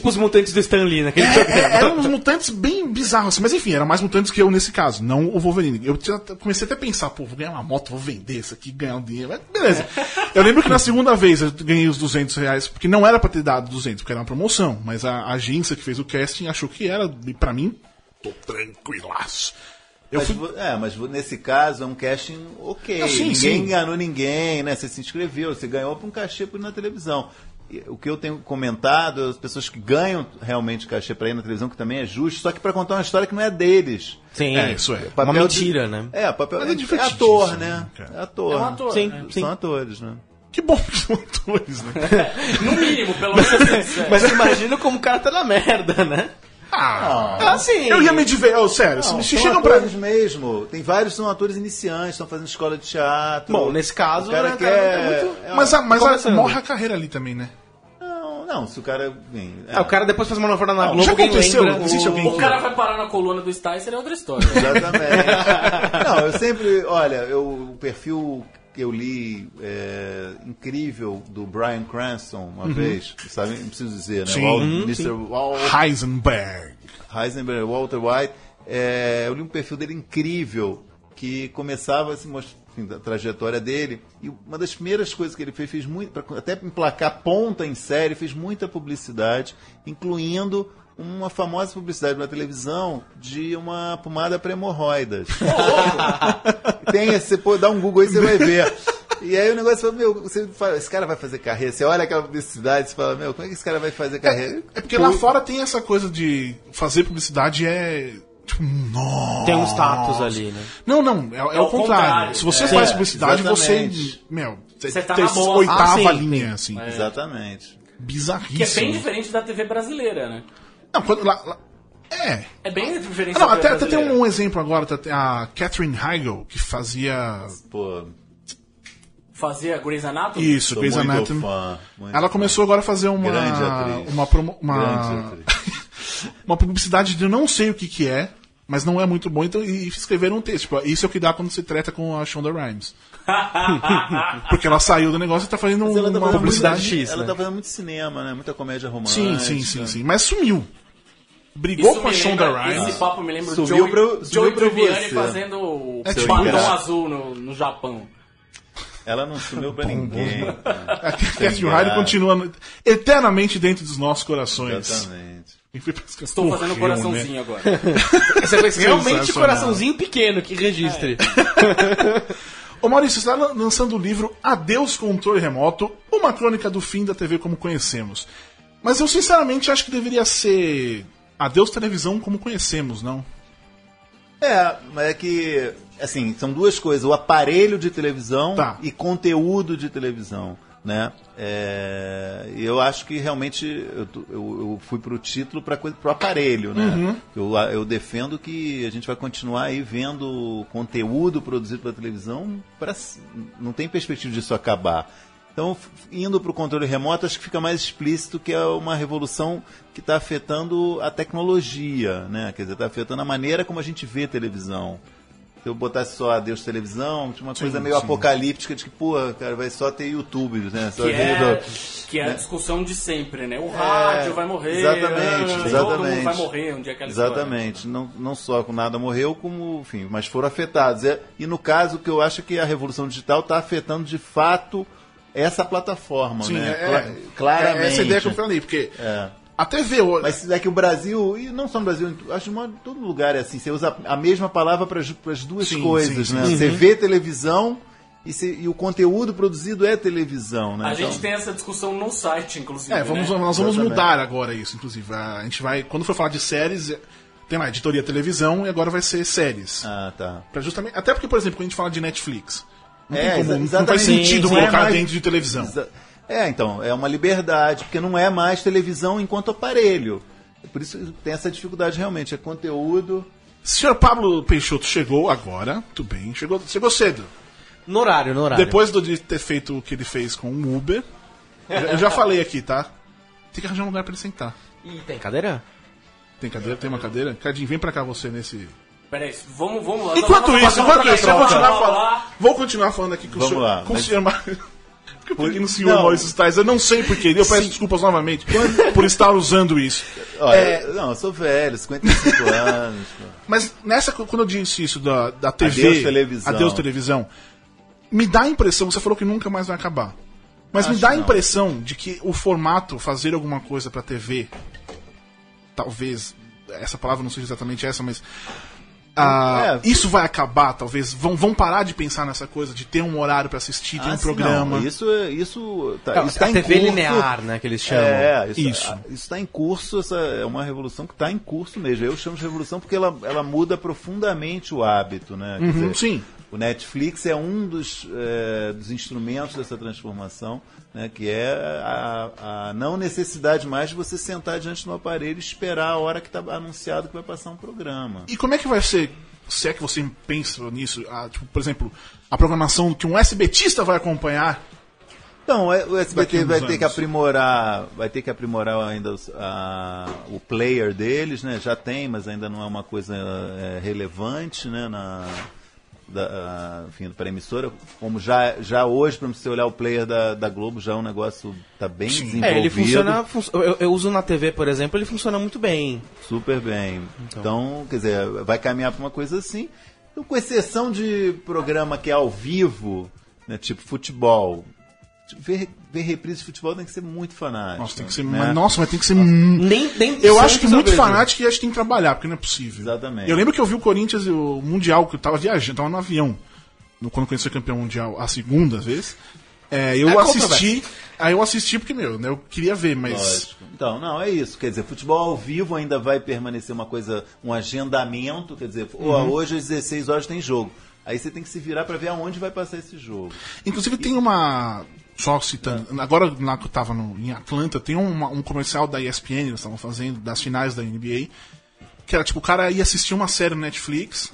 Speaker 4: É tipo os mutantes do Stan Lee naquele
Speaker 3: É,
Speaker 4: programa.
Speaker 3: eram uns mutantes bem bizarros, assim, mas enfim, eram mais mutantes que eu nesse caso, não o Wolverine. Eu tinha- comecei até a pensar, pô, vou ganhar uma moto, vou vender isso aqui, ganhar um dinheiro, mas beleza. Eu lembro que na segunda vez eu ganhei os 200 reais, porque não era pra ter dado 200, porque era uma promoção, mas a agência que fez o casting achou que era, e pra mim, tô tranquilaço. Eu
Speaker 6: Mas,
Speaker 3: fui...
Speaker 6: vo- É, mas vo- nesse caso é um casting ok.
Speaker 3: Ah, sim,
Speaker 6: ninguém
Speaker 3: sim.
Speaker 6: enganou ninguém, né? Você se inscreveu, você ganhou pra um cachê por ir na televisão. o que eu tenho comentado, as pessoas que ganham realmente cachê pra ir na televisão, que também é justo, só que pra contar uma história que não é deles.
Speaker 4: Sim.
Speaker 3: É, isso é.
Speaker 4: Uma
Speaker 6: Papel de-
Speaker 4: mentira, né?
Speaker 6: É, papel
Speaker 3: Mas é
Speaker 6: é,
Speaker 3: divertidíssimo,
Speaker 6: ator, né?
Speaker 3: cara.
Speaker 6: É ator.
Speaker 7: É um ator,
Speaker 4: Sim,
Speaker 7: né?
Speaker 6: São
Speaker 4: sim.
Speaker 6: atores, né?
Speaker 3: Que bom que são atores, né?
Speaker 7: No mínimo, pelo menos isso. é.
Speaker 4: Mas eu imagino como o cara tá na merda, né?
Speaker 3: Ah,
Speaker 4: Ah, sim.
Speaker 3: eu ia me divertir. Oh, sério, se
Speaker 6: Assim. Não,
Speaker 3: me
Speaker 6: são
Speaker 3: chegam pra.
Speaker 6: atores mesmo. Tem vários que são atores iniciantes, estão fazendo escola de teatro.
Speaker 4: Bom, nesse caso,
Speaker 6: o cara
Speaker 4: né,
Speaker 6: quer...
Speaker 4: é muito-
Speaker 6: é,
Speaker 3: Mas, a, mas a,
Speaker 4: Começando.
Speaker 3: morre a carreira ali também, né?
Speaker 6: Não, não, se o cara... Bem, é,
Speaker 4: Ah, o cara depois faz uma novela na
Speaker 3: Não,
Speaker 4: Globo,
Speaker 3: já
Speaker 4: alguém
Speaker 3: aconteceu,
Speaker 4: lembra.
Speaker 3: existe alguém
Speaker 7: O cara vai parar na coluna do Star, seria outra história.
Speaker 6: Exatamente. não, eu sempre... Olha, eu, o perfil que eu li é, incrível do Brian Cranston uma vez, sabe? Não preciso dizer, né?
Speaker 3: Sim.
Speaker 6: Wal-
Speaker 3: Uhum,
Speaker 6: Mr. Wal-
Speaker 3: Heisenberg.
Speaker 6: Heisenberg, Walter White. é, eu li um perfil dele incrível que começava assim, mos- enfim, da trajetória dele. E uma das primeiras coisas que ele fez, fez muito, pra, até emplacar ponta em série, fez muita publicidade, incluindo uma famosa publicidade na televisão de uma pomada para hemorroidas. Tem, esse- você pode dar um Google aí, você vai ver. E aí o negócio foi, meu, você fala, esse cara vai fazer carreira. Você olha aquela publicidade, você fala, meu, como é que esse cara vai fazer carreira?
Speaker 3: É porque lá fora tem essa coisa de fazer publicidade é. Tipo, nossa.
Speaker 4: Tem um status ali, né?
Speaker 3: Não, não, é, é
Speaker 7: É
Speaker 3: o contrário.
Speaker 7: o contrário.
Speaker 3: Se você
Speaker 7: É,
Speaker 3: faz publicidade, você.
Speaker 6: exatamente.
Speaker 3: Meu,
Speaker 7: Você tá
Speaker 3: tem
Speaker 7: na boa.
Speaker 3: oitava
Speaker 4: Ah, sim,
Speaker 3: linha, assim.
Speaker 6: Exatamente.
Speaker 7: que é
Speaker 3: Bizarríssimo.
Speaker 7: bem diferente da TV brasileira, né?
Speaker 3: Não, quando, lá, lá- é.
Speaker 7: É bem diferente
Speaker 3: Ah, não,
Speaker 7: da TV
Speaker 3: até, até tem
Speaker 7: brasileira.
Speaker 3: um exemplo agora, tá- tem a Catherine Heigl, que fazia.
Speaker 6: Pô,
Speaker 7: Fazia Grey's Anatomy?
Speaker 3: Isso,
Speaker 6: sou
Speaker 3: Grey's
Speaker 6: muito
Speaker 3: Anatomy.
Speaker 6: fã.
Speaker 7: né?
Speaker 6: muito
Speaker 3: Ela
Speaker 6: fã.
Speaker 3: começou agora a fazer uma.
Speaker 6: Grande atriz.
Speaker 3: Uma, promo,
Speaker 6: Grande
Speaker 3: uma,
Speaker 6: atriz.
Speaker 3: uma publicidade de eu não sei o que, que é, mas não é muito bom, então, e escreveram um texto. Tipo, isso é o que dá quando se treta com a Shonda Rhimes. Porque ela saiu do negócio e tá fazendo
Speaker 6: Mas ela tá
Speaker 3: uma
Speaker 6: fazendo
Speaker 3: publicidade.
Speaker 6: muito,
Speaker 4: X,
Speaker 6: Ela
Speaker 4: né?
Speaker 6: tá fazendo muito cinema, né? Muita comédia romântica.
Speaker 3: é Sim, sim, sim, sim. Mas sumiu. Brigou
Speaker 7: Isso
Speaker 3: com a
Speaker 7: me
Speaker 3: Shonda
Speaker 7: lembra,
Speaker 3: Rhimes.
Speaker 7: esse papo me lembra o
Speaker 6: Subiu
Speaker 7: Joey,
Speaker 6: pro- subiu
Speaker 7: Joey
Speaker 6: pra
Speaker 7: Tribbiani
Speaker 6: você.
Speaker 7: fazendo o
Speaker 3: É,
Speaker 7: é,
Speaker 3: tipo
Speaker 6: isso.
Speaker 7: azul no, no Japão.
Speaker 6: Ela não sumiu pra ninguém.
Speaker 3: É, A Catherine Heigl continua eternamente dentro dos nossos corações.
Speaker 6: Exatamente.
Speaker 7: Estou fazendo
Speaker 3: né?
Speaker 7: coraçãozinho agora.
Speaker 4: Você fez realmente
Speaker 3: Sensacional.
Speaker 4: coraçãozinho pequeno que registre.
Speaker 3: Ô Maurício, você está lan- lançando o livro Adeus Controle Remoto, uma crônica do fim da TV como conhecemos. Mas eu sinceramente acho que deveria ser Adeus Televisão como conhecemos, não?
Speaker 6: É, mas é que, assim, são duas coisas: o aparelho de televisão
Speaker 3: Tá.
Speaker 6: e conteúdo de televisão. Né? É, e eu acho que realmente eu, tô- eu- eu fui pro título para pro aparelho. Né? Eu, eu defendo que a gente vai continuar aí vendo conteúdo produzido pela televisão, pra, s- não tem perspectiva disso acabar. Então, f- indo para o controle remoto, acho que fica mais explícito que é uma revolução que está afetando a tecnologia, né? Quer dizer, está afetando a maneira como a gente vê televisão. Se eu botasse só Adeus Televisão, tinha uma coisa meio
Speaker 3: sim.
Speaker 6: apocalíptica de que, porra, cara, vai só ter YouTube, né? Só
Speaker 7: Que é,
Speaker 6: ter-
Speaker 7: que é a discussão de sempre, né? O rádio vai morrer.
Speaker 6: exatamente,
Speaker 7: ah, Todo
Speaker 6: exatamente.
Speaker 7: mundo vai morrer um dia aquela
Speaker 6: Exatamente. Não, não só com nada morreu, como, enfim, mas foram afetados. É, E no caso, o que eu acho é que a revolução digital está afetando de fato essa plataforma, né?
Speaker 7: é,
Speaker 6: Cla- claramente. É.
Speaker 3: É essa ideia que eu falei, porque a TV hoje.
Speaker 6: Mas é que o Brasil, e não só no Brasil, acho que em todo lugar é assim, você usa a mesma palavra para as duas
Speaker 3: Sim,
Speaker 6: coisas,
Speaker 3: sim,
Speaker 6: né?
Speaker 3: sim. Uhum.
Speaker 6: Você vê televisão e, você- e o conteúdo produzido é televisão, né?
Speaker 7: A
Speaker 6: Então,
Speaker 7: gente tem essa discussão no site, inclusive.
Speaker 3: É, vamos,
Speaker 7: né?
Speaker 3: nós vamos
Speaker 6: Exatamente.
Speaker 3: mudar agora isso, inclusive. A gente vai, quando for falar de séries, é- tem lá editoria televisão e agora vai ser séries.
Speaker 6: Ah, tá.
Speaker 3: Pra justamente, até porque, por exemplo, quando a gente fala de Netflix, não,
Speaker 6: É,
Speaker 3: tem como-
Speaker 6: exa-
Speaker 3: não faz
Speaker 6: exatamente.
Speaker 3: sentido
Speaker 6: Sim,
Speaker 3: colocar
Speaker 6: é mais-
Speaker 3: dentro de televisão.
Speaker 6: Exa- É, então, é uma liberdade, porque não é mais televisão enquanto aparelho. É Por isso tem essa dificuldade realmente, é conteúdo.
Speaker 3: Senhor Pablo Peixoto chegou agora, tudo bem, chegou, chegou cedo.
Speaker 4: No horário, no horário.
Speaker 3: Depois do- de ter feito o que ele fez com o Uber, eu já- eu já falei aqui, tá? Tem que arranjar um lugar pra ele sentar.
Speaker 4: Ih, tem cadeira?
Speaker 3: Tem cadeira? Tem uma cadeira? Cadinho, vem pra cá você nesse.
Speaker 7: Peraí, vamos, vamos lá.
Speaker 3: Enquanto
Speaker 7: Vamos
Speaker 3: isso,
Speaker 7: fazer um
Speaker 3: enquanto
Speaker 7: outra
Speaker 3: isso, eu vou
Speaker 7: troca.
Speaker 3: continuar
Speaker 7: Vamos lá.
Speaker 3: falando. Vou continuar falando aqui com o
Speaker 6: Vamos
Speaker 3: senhor.
Speaker 6: lá,
Speaker 3: com
Speaker 6: mas-
Speaker 3: o senhor Mar... Porque eu peguei no senhor
Speaker 6: Não.
Speaker 3: Maurício Stais, eu não sei porquê. Eu peço desculpas novamente por estar usando isso.
Speaker 6: Olha,
Speaker 3: É,
Speaker 6: Não, eu sou velho, 55 anos. pô.
Speaker 3: Mas nessa, quando eu disse isso da, da TV.
Speaker 6: Adeus, televisão.
Speaker 3: Adeus, televisão, Me dá a impressão, você falou que nunca mais vai acabar. Mas me
Speaker 6: Acho
Speaker 3: dá a
Speaker 6: que não.
Speaker 3: impressão de que o formato fazer alguma coisa pra TV. Talvez. Essa palavra não seja exatamente essa, mas. ah,
Speaker 6: É.
Speaker 3: Isso vai acabar, talvez. Vão, vão parar de pensar nessa coisa de ter um horário pra assistir, de
Speaker 6: Ah,
Speaker 3: um
Speaker 6: sim,
Speaker 3: programa.
Speaker 6: não, isso, é- isso, tá,
Speaker 4: A
Speaker 6: isso tá em
Speaker 4: TV
Speaker 6: curso.
Speaker 4: linear, né, que eles chamam.
Speaker 6: É, isso,
Speaker 3: Isso.
Speaker 6: isso. está em curso, essa é uma revolução que está em curso mesmo. Eu chamo de revolução porque ela, ela muda profundamente o hábito, né? Quer
Speaker 3: Uhum,
Speaker 6: dizer,
Speaker 3: sim.
Speaker 6: O Netflix é um dos, eh, dos instrumentos dessa transformação, né, que é a, a não necessidade mais de você sentar diante do aparelho e esperar a hora que está anunciado que vai passar um programa.
Speaker 3: E como é que vai ser, se é que você pensa nisso, ah, tipo, por exemplo, a programação que um SBTista vai acompanhar?
Speaker 6: Então, é,
Speaker 3: Daqui
Speaker 6: o
Speaker 3: a
Speaker 6: SBT
Speaker 3: uns
Speaker 6: vai
Speaker 3: anos.
Speaker 6: ter que aprimorar, vai ter que aprimorar ainda os- a- o player deles, né? Já tem, mas ainda não é uma coisa é, relevante, né? Na, da, a- enfim, para a emissora, como já, já hoje, para você olhar o player da, da Globo, já é um negócio tá bem desenvolvido.
Speaker 4: É, ele funciona. fun- eu, eu uso na TV, por exemplo, ele funciona muito bem.
Speaker 6: Super bem. Então, quer dizer, vai caminhar para uma coisa assim. Então, com exceção de programa que é ao vivo, né, tipo futebol. Tipo, Ver, ver reprise de futebol tem que ser muito fanático.
Speaker 3: Nossa, tem que ser.
Speaker 6: né?
Speaker 3: mas- nossa, mas tem que ser. mu-
Speaker 4: Nem, nem
Speaker 3: Eu
Speaker 4: Santos
Speaker 3: acho que muito
Speaker 4: eu vejo.
Speaker 3: fanático e acho que tem que trabalhar, porque não é possível.
Speaker 6: Exatamente.
Speaker 3: Eu lembro que eu vi o Corinthians e o Mundial, que eu tava viajando, tava no avião. no- Quando o Corinthians foi campeão mundial, a segunda vez. É, eu
Speaker 4: É
Speaker 3: assisti. Aí eu assisti porque, meu, né, eu queria ver, mas.
Speaker 6: Lógico. Então, não, é isso. Quer dizer, futebol ao vivo ainda vai permanecer uma coisa, um agendamento. Quer dizer, ó,
Speaker 3: Uhum.
Speaker 6: hoje às 16 horas tem jogo. Aí você tem que se virar para ver aonde vai passar esse jogo.
Speaker 3: Inclusive tem uma. Só citando. Agora lá que eu tava no- em Atlanta, tem uma- um comercial da ESPN, eles estavam fazendo, das finais da NBA. Que era tipo, o cara ia assistir uma série no Netflix.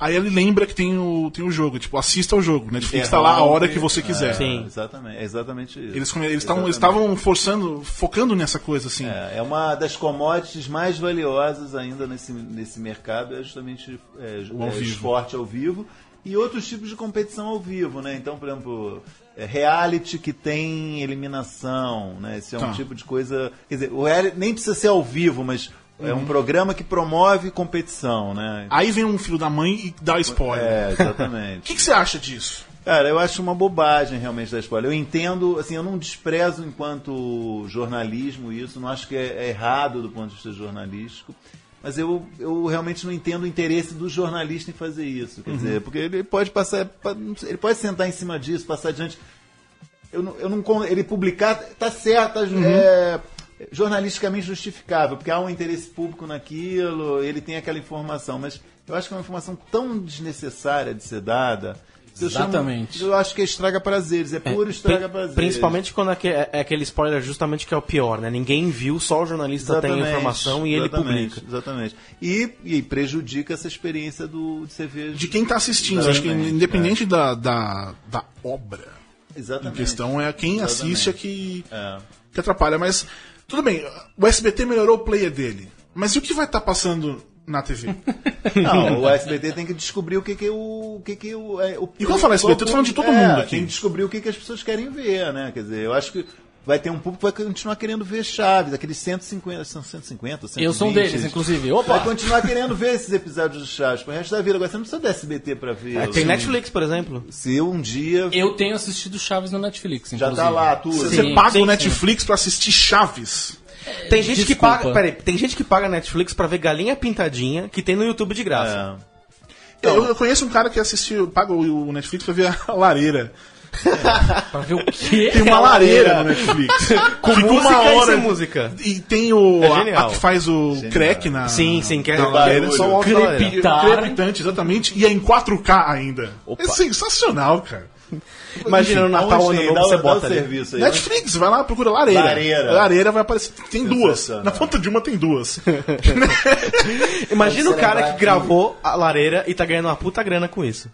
Speaker 3: Aí ele lembra que tem o, tem o jogo, tipo, assista o jogo. Netflix tá lá a hora que você quiser.
Speaker 6: É,
Speaker 4: Sim.
Speaker 6: exatamente, é exatamente
Speaker 3: Eles,
Speaker 6: isso.
Speaker 3: eles, tavam- eles
Speaker 6: Exatamente.
Speaker 3: estavam forçando, focando nessa coisa, assim.
Speaker 6: É, é uma das commodities mais valiosas ainda nesse, nesse mercado, é justamente é,
Speaker 3: O ao
Speaker 6: é,
Speaker 3: vivo.
Speaker 6: esporte ao vivo e outros tipos de competição ao vivo, né? Então, por exemplo, é, reality que tem eliminação, né? Esse é
Speaker 3: Tá.
Speaker 6: um tipo de coisa. Quer dizer, o reality nem precisa ser ao vivo, mas é
Speaker 3: Uhum.
Speaker 6: um programa que promove competição, né?
Speaker 3: Aí vem um filho da mãe e dá spoiler.
Speaker 6: É,
Speaker 3: O
Speaker 6: exatamente.
Speaker 3: que, que você acha disso?
Speaker 6: Cara, eu acho uma bobagem realmente da escola. Eu entendo, assim, eu não desprezo enquanto jornalismo isso, não acho que é, é errado do ponto de vista jornalístico, mas eu, eu realmente não entendo o interesse do jornalista em fazer isso. Quer dizer, porque ele pode passar, pa- ele pode sentar em cima disso, passar adiante. Eu não, eu não con- ele publicar tá certo, tá ju-
Speaker 4: Uhum.
Speaker 6: é, jornalisticamente justificável, porque há um interesse público naquilo, ele tem aquela informação, mas eu acho que é uma informação tão desnecessária de ser dada. que eu chamo-
Speaker 7: Exatamente.
Speaker 6: eu acho que é estraga prazeres, é puro estraga
Speaker 4: Pri-
Speaker 6: prazeres.
Speaker 4: Principalmente quando é, que- é aquele spoiler justamente que é o pior, né? Ninguém viu, só o jornalista tem a informação e ele
Speaker 6: exatamente,
Speaker 4: publica.
Speaker 6: Exatamente. E, e prejudica essa experiência do, de você ver.
Speaker 3: De quem tá assistindo. Acho que
Speaker 6: Exatamente,
Speaker 3: independente da, da, da obra em
Speaker 6: Exatamente.
Speaker 3: questão, é quem assiste é
Speaker 6: Exatamente.
Speaker 3: que,
Speaker 6: É.
Speaker 3: que atrapalha. Mas, tudo bem, o SBT melhorou o player dele. Mas e o que vai estar passando na TV?
Speaker 6: Não, o SBT tem que descobrir o que que o, o que que o, é, o-
Speaker 3: E quando eu falo SBT, eu tô falando de todo
Speaker 6: É,
Speaker 3: mundo aqui.
Speaker 6: Tem que descobrir o que que as pessoas querem ver, né? Quer dizer, eu acho que vai ter um público que vai continuar querendo ver Chaves, aqueles 150, são 150, 120.
Speaker 7: Eu sou um deles, inclusive.
Speaker 6: Vai
Speaker 7: Opa!
Speaker 6: continuar querendo ver esses episódios do Chaves pro resto da vida. Agora você não precisa do SBT pra ver. assim.
Speaker 4: É, tem Netflix, por exemplo.
Speaker 6: Se um dia
Speaker 7: Eu tenho assistido Chaves no Netflix,
Speaker 6: já
Speaker 7: inclusive.
Speaker 6: tá lá, tu.
Speaker 3: Você
Speaker 7: Sim,
Speaker 3: paga
Speaker 7: sim,
Speaker 3: o
Speaker 7: sim.
Speaker 3: Netflix pra assistir Chaves.
Speaker 4: Tem gente que
Speaker 7: Desculpa.
Speaker 4: paga. Peraí, tem gente que paga Netflix pra ver galinha pintadinha que tem no YouTube de graça.
Speaker 6: É.
Speaker 3: Eu, eu conheço um cara que assistiu, paga o o Netflix pra ver a lareira.
Speaker 7: Pra ver o quê?
Speaker 4: É
Speaker 3: Tem uma lareira no Netflix. Com
Speaker 4: música e sem música.
Speaker 3: E tem o.
Speaker 4: É
Speaker 3: a,
Speaker 4: genial.
Speaker 3: a que faz o crack na.
Speaker 4: Sim, sim, que é
Speaker 3: na lareira.
Speaker 4: só o
Speaker 3: Só
Speaker 4: áudio da lareira.
Speaker 7: Crepitar.
Speaker 3: crepitante, exatamente. E é em 4K ainda. É sensacional, cara.
Speaker 4: Imagina no Natal,
Speaker 6: Onde
Speaker 4: ano
Speaker 6: tem?
Speaker 4: novo,
Speaker 6: Dá o-
Speaker 4: você
Speaker 3: um
Speaker 6: dá o
Speaker 4: bota ali.
Speaker 6: serviço aí. né?
Speaker 3: Netflix, vai lá, procura lareira.
Speaker 6: Lareira.
Speaker 3: Lareira vai aparecer. Tem duas.
Speaker 6: Sensacional.
Speaker 3: Na ponta de uma tem duas.
Speaker 4: Imagina o cara
Speaker 6: lembrar
Speaker 4: que
Speaker 6: que-
Speaker 4: gravou a lareira e tá ganhando uma puta grana com isso.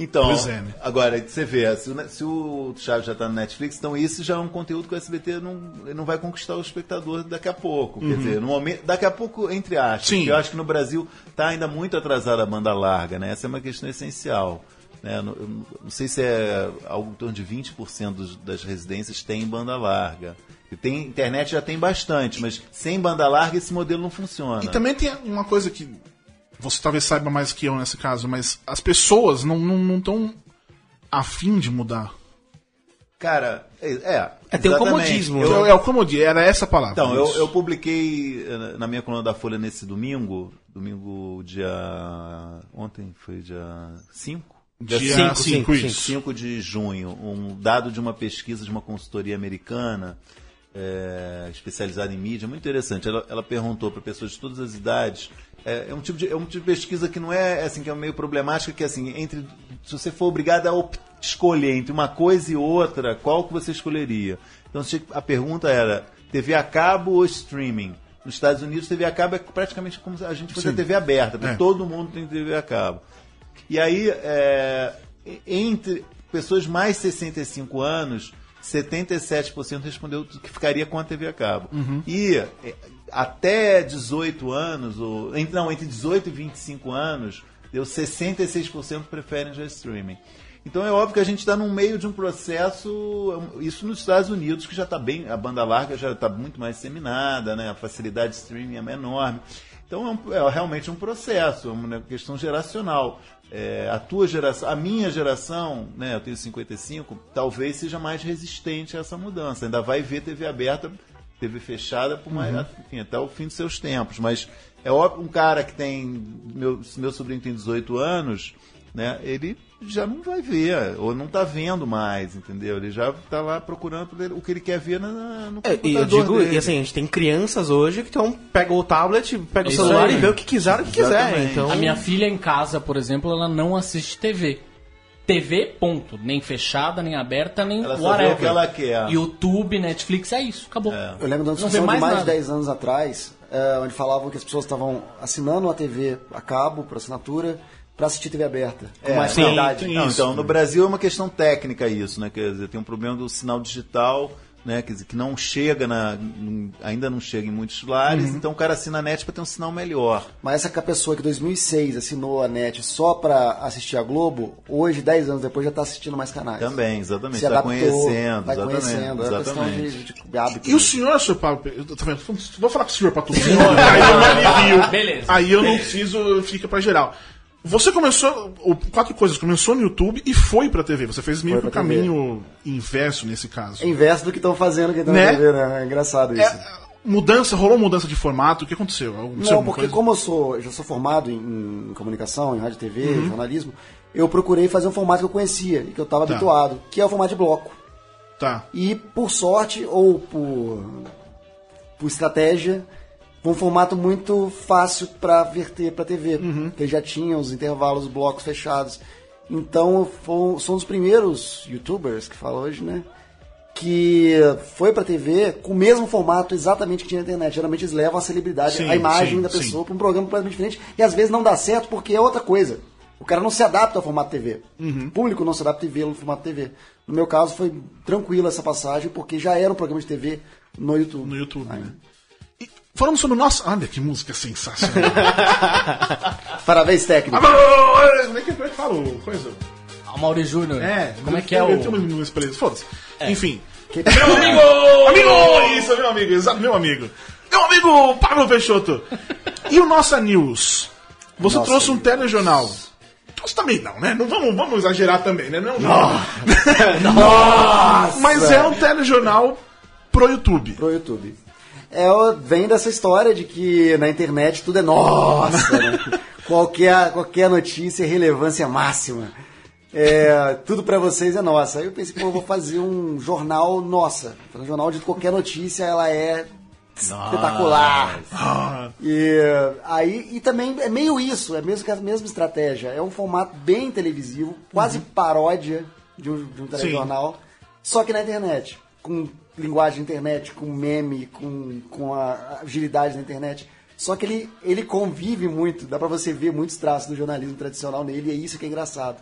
Speaker 6: Então,
Speaker 3: Pois é, né?
Speaker 6: agora, você vê, se o, se o Chaves já tá no Netflix, então isso já é um conteúdo que o SBT não, não vai conquistar o espectador daqui a pouco. Quer dizer, no momento, daqui a pouco, entre aspas,
Speaker 3: Uhum. Sim.
Speaker 6: porque eu acho que no Brasil tá ainda muito atrasada a banda larga, né? Essa é uma questão essencial. Né? Eu Não, eu não sei se é algo em torno de 20% dos- das residências tem banda larga. E tem, internet já tem bastante, mas sem banda larga esse modelo não funciona.
Speaker 3: E também tem uma coisa que você talvez saiba mais que eu nesse caso, mas as pessoas não estão não, não tão afim de mudar.
Speaker 6: Cara, é. É,
Speaker 4: É, tem o
Speaker 6: exatamente.
Speaker 4: comodismo,
Speaker 6: Eu-
Speaker 4: né?
Speaker 3: Eu- é o um comodismo, era essa a palavra.
Speaker 6: Então, eu,
Speaker 3: é Isso.
Speaker 6: eu publiquei eh, na minha coluna da Folha nesse domingo, domingo dia. Ontem foi dia 5?
Speaker 3: Dia
Speaker 4: Cinco,
Speaker 3: 5,
Speaker 4: cinco,
Speaker 3: isso.
Speaker 6: 5 de junho, um dado de uma pesquisa de uma consultoria americana eh, especializada em mídia, muito interessante. Ela, ela perguntou para pessoas de todas as idades. eh, É, um tipo de, é um tipo de pesquisa que não é assim que é meio problemática, que é assim entre se você for obrigado a op- escolher entre uma coisa e outra, qual que você escolheria? Então você tinha que- a pergunta era TV a cabo ou streaming? Nos Estados Unidos TV a cabo é praticamente como se a gente fosse a TV aberta, porque
Speaker 3: É.
Speaker 6: todo mundo tem TV a cabo. E aí, é, entre pessoas mais 65 anos, 77% respondeu que ficaria com a TV a cabo. E é, até 18 anos, ou, en- não, entre 18 e 25 anos, deu 66% que preferem já streaming. Então é óbvio que a gente está no meio de um processo, um, isso nos Estados Unidos, que já está bem, a banda larga já está muito mais disseminada, né? a facilidade de streaming é enorme. Então é, um- é realmente um processo, é uma questão geracional. É, a tua geração, a minha geração, né, eu tenho 55, talvez seja mais resistente a essa mudança. Ainda vai ver TV aberta, TV fechada por mais,
Speaker 4: Uhum.
Speaker 6: enfim, até o fim dos seus tempos. Mas é óbvio um cara que tem. Meu, se meu sobrinho tem 18 anos, né, ele já não vai ver, ou não tá vendo mais, entendeu? Ele já tá lá procurando o que ele quer ver na- na- no
Speaker 4: É, e eu
Speaker 6: computador
Speaker 4: digo,
Speaker 6: dele.
Speaker 4: e assim, a gente tem crianças hoje que então pega o tablet, pega o
Speaker 7: Isso
Speaker 4: celular
Speaker 7: aí.
Speaker 4: e vê o que quiser, o que quiser.
Speaker 6: Exatamente.
Speaker 4: Então,
Speaker 7: A minha filha em casa, por exemplo, ela não assiste TV. TV, ponto. Nem fechada, nem aberta, nem
Speaker 6: Ela só vê
Speaker 7: whatever.
Speaker 6: o que ela quer.
Speaker 7: YouTube, Netflix, é isso, acabou.
Speaker 8: Eu lembro de uma
Speaker 7: Não vê
Speaker 8: discussão de
Speaker 7: mais
Speaker 8: mais de
Speaker 7: nada.
Speaker 8: 10 anos atrás, eh, onde falavam que as pessoas estavam assinando a TV a cabo, por assinatura, para assistir TV aberta.
Speaker 4: É,
Speaker 8: Com mais
Speaker 6: sim,
Speaker 8: qualidade.
Speaker 6: tem Não, então, no Brasil é uma questão técnica isso, né? Quer dizer, tem um problema do sinal digital, né? Quer dizer, que não chega na. num- ainda não chega em muitos lares, então o cara assina a net para ter um sinal melhor.
Speaker 8: Mas essa pessoa que em 2006 assinou a NET só pra assistir a Globo, hoje, 10 anos depois, já tá assistindo mais canais.
Speaker 6: Também, exatamente.
Speaker 8: Se
Speaker 6: Tá
Speaker 8: adaptou,
Speaker 6: conhecendo,
Speaker 8: vai
Speaker 6: exatamente.
Speaker 8: conhecendo. É uma questão
Speaker 6: exatamente.
Speaker 8: de, de hábito. né?
Speaker 3: E o senhor, seu Paulo Pe- eu tô vendo, Vou falar com o senhor Pato. Senhor, aí eu me alivio.
Speaker 7: Beleza.
Speaker 3: Aí eu não preciso, fica pra geral. Você começou, o quatro coisas, começou no YouTube e foi pra TV. Você fez meio que
Speaker 8: Foi
Speaker 3: o
Speaker 8: pra TV.
Speaker 3: caminho inverso nesse caso.
Speaker 8: É inverso do que estão fazendo que estão
Speaker 3: Né?
Speaker 8: na TV, né? É engraçado isso.
Speaker 3: É, mudança, rolou mudança de formato? O que aconteceu? Aconteceu
Speaker 8: Não,
Speaker 3: alguma
Speaker 8: porque
Speaker 3: é coisa?
Speaker 8: como eu sou, eu já sou formado em, em comunicação, em rádio e TV,
Speaker 3: Uhum.
Speaker 8: jornalismo, eu procurei fazer um formato que eu conhecia e que eu estava
Speaker 3: Tá.
Speaker 8: habituado, que é o formato de bloco.
Speaker 3: Tá.
Speaker 8: E por sorte ou por, por estratégia, foi um formato muito fácil para verter para TV,
Speaker 3: Uhum.
Speaker 8: porque já tinha os intervalos, os blocos fechados. Então, eu fui- sou um dos primeiros youtubers que fala hoje, né? Que foi pra TV com o mesmo formato exatamente que tinha na internet. Geralmente eles levam a celebridade,
Speaker 3: Sim,
Speaker 8: a imagem
Speaker 3: sim,
Speaker 8: da
Speaker 3: sim.
Speaker 8: pessoa pra um programa completamente diferente. E às vezes não dá certo porque é outra coisa. O cara não se adapta ao formato TV.
Speaker 3: Uhum.
Speaker 8: O público não se adapta e vê no formato TV. No meu caso, foi tranquila essa passagem, porque já era um programa de TV no YouTube.
Speaker 3: No YouTube, né?
Speaker 8: Aí.
Speaker 3: E falando sobre o nosso... Olha, que música sensacional.
Speaker 8: Parabéns, técnico.
Speaker 3: Como é que eu falo? Coisa...
Speaker 7: A Mauri Júnior. Como é que é
Speaker 3: eu-
Speaker 7: o.
Speaker 3: Eu tenho uma uma experiência, foda-se. Enfim.
Speaker 8: Que-
Speaker 3: Meu amigo! Amigo! Isso, meu amigo, exato, meu amigo. Meu amigo Pablo Peixoto. E o Nossa News? Você
Speaker 8: Nossa
Speaker 3: trouxe um
Speaker 8: News.
Speaker 3: telejornal. Trouxe também não, né? Não vamos, vamos exagerar também, né? Não é um jornal. Mas é um telejornal pro YouTube.
Speaker 8: Pro YouTube. É, o- vem dessa história de que na internet tudo é nossa, né? qualquer, qualquer notícia é relevância máxima. É, tudo pra vocês é nossa. Aí eu pensei, pô, eu vou fazer um jornal nossa. Fazer um jornal de qualquer notícia, ela é espetacular.
Speaker 3: Ah.
Speaker 8: E aí e também é meio isso, é mesmo que a mesma estratégia. É um formato bem televisivo, quase paródia de um, de um telejornal, só que na internet, com linguagem de internet, com meme, com, com a agilidade da internet. Só que ele, ele convive muito, dá pra você ver muitos traços do jornalismo tradicional nele, e é isso que é engraçado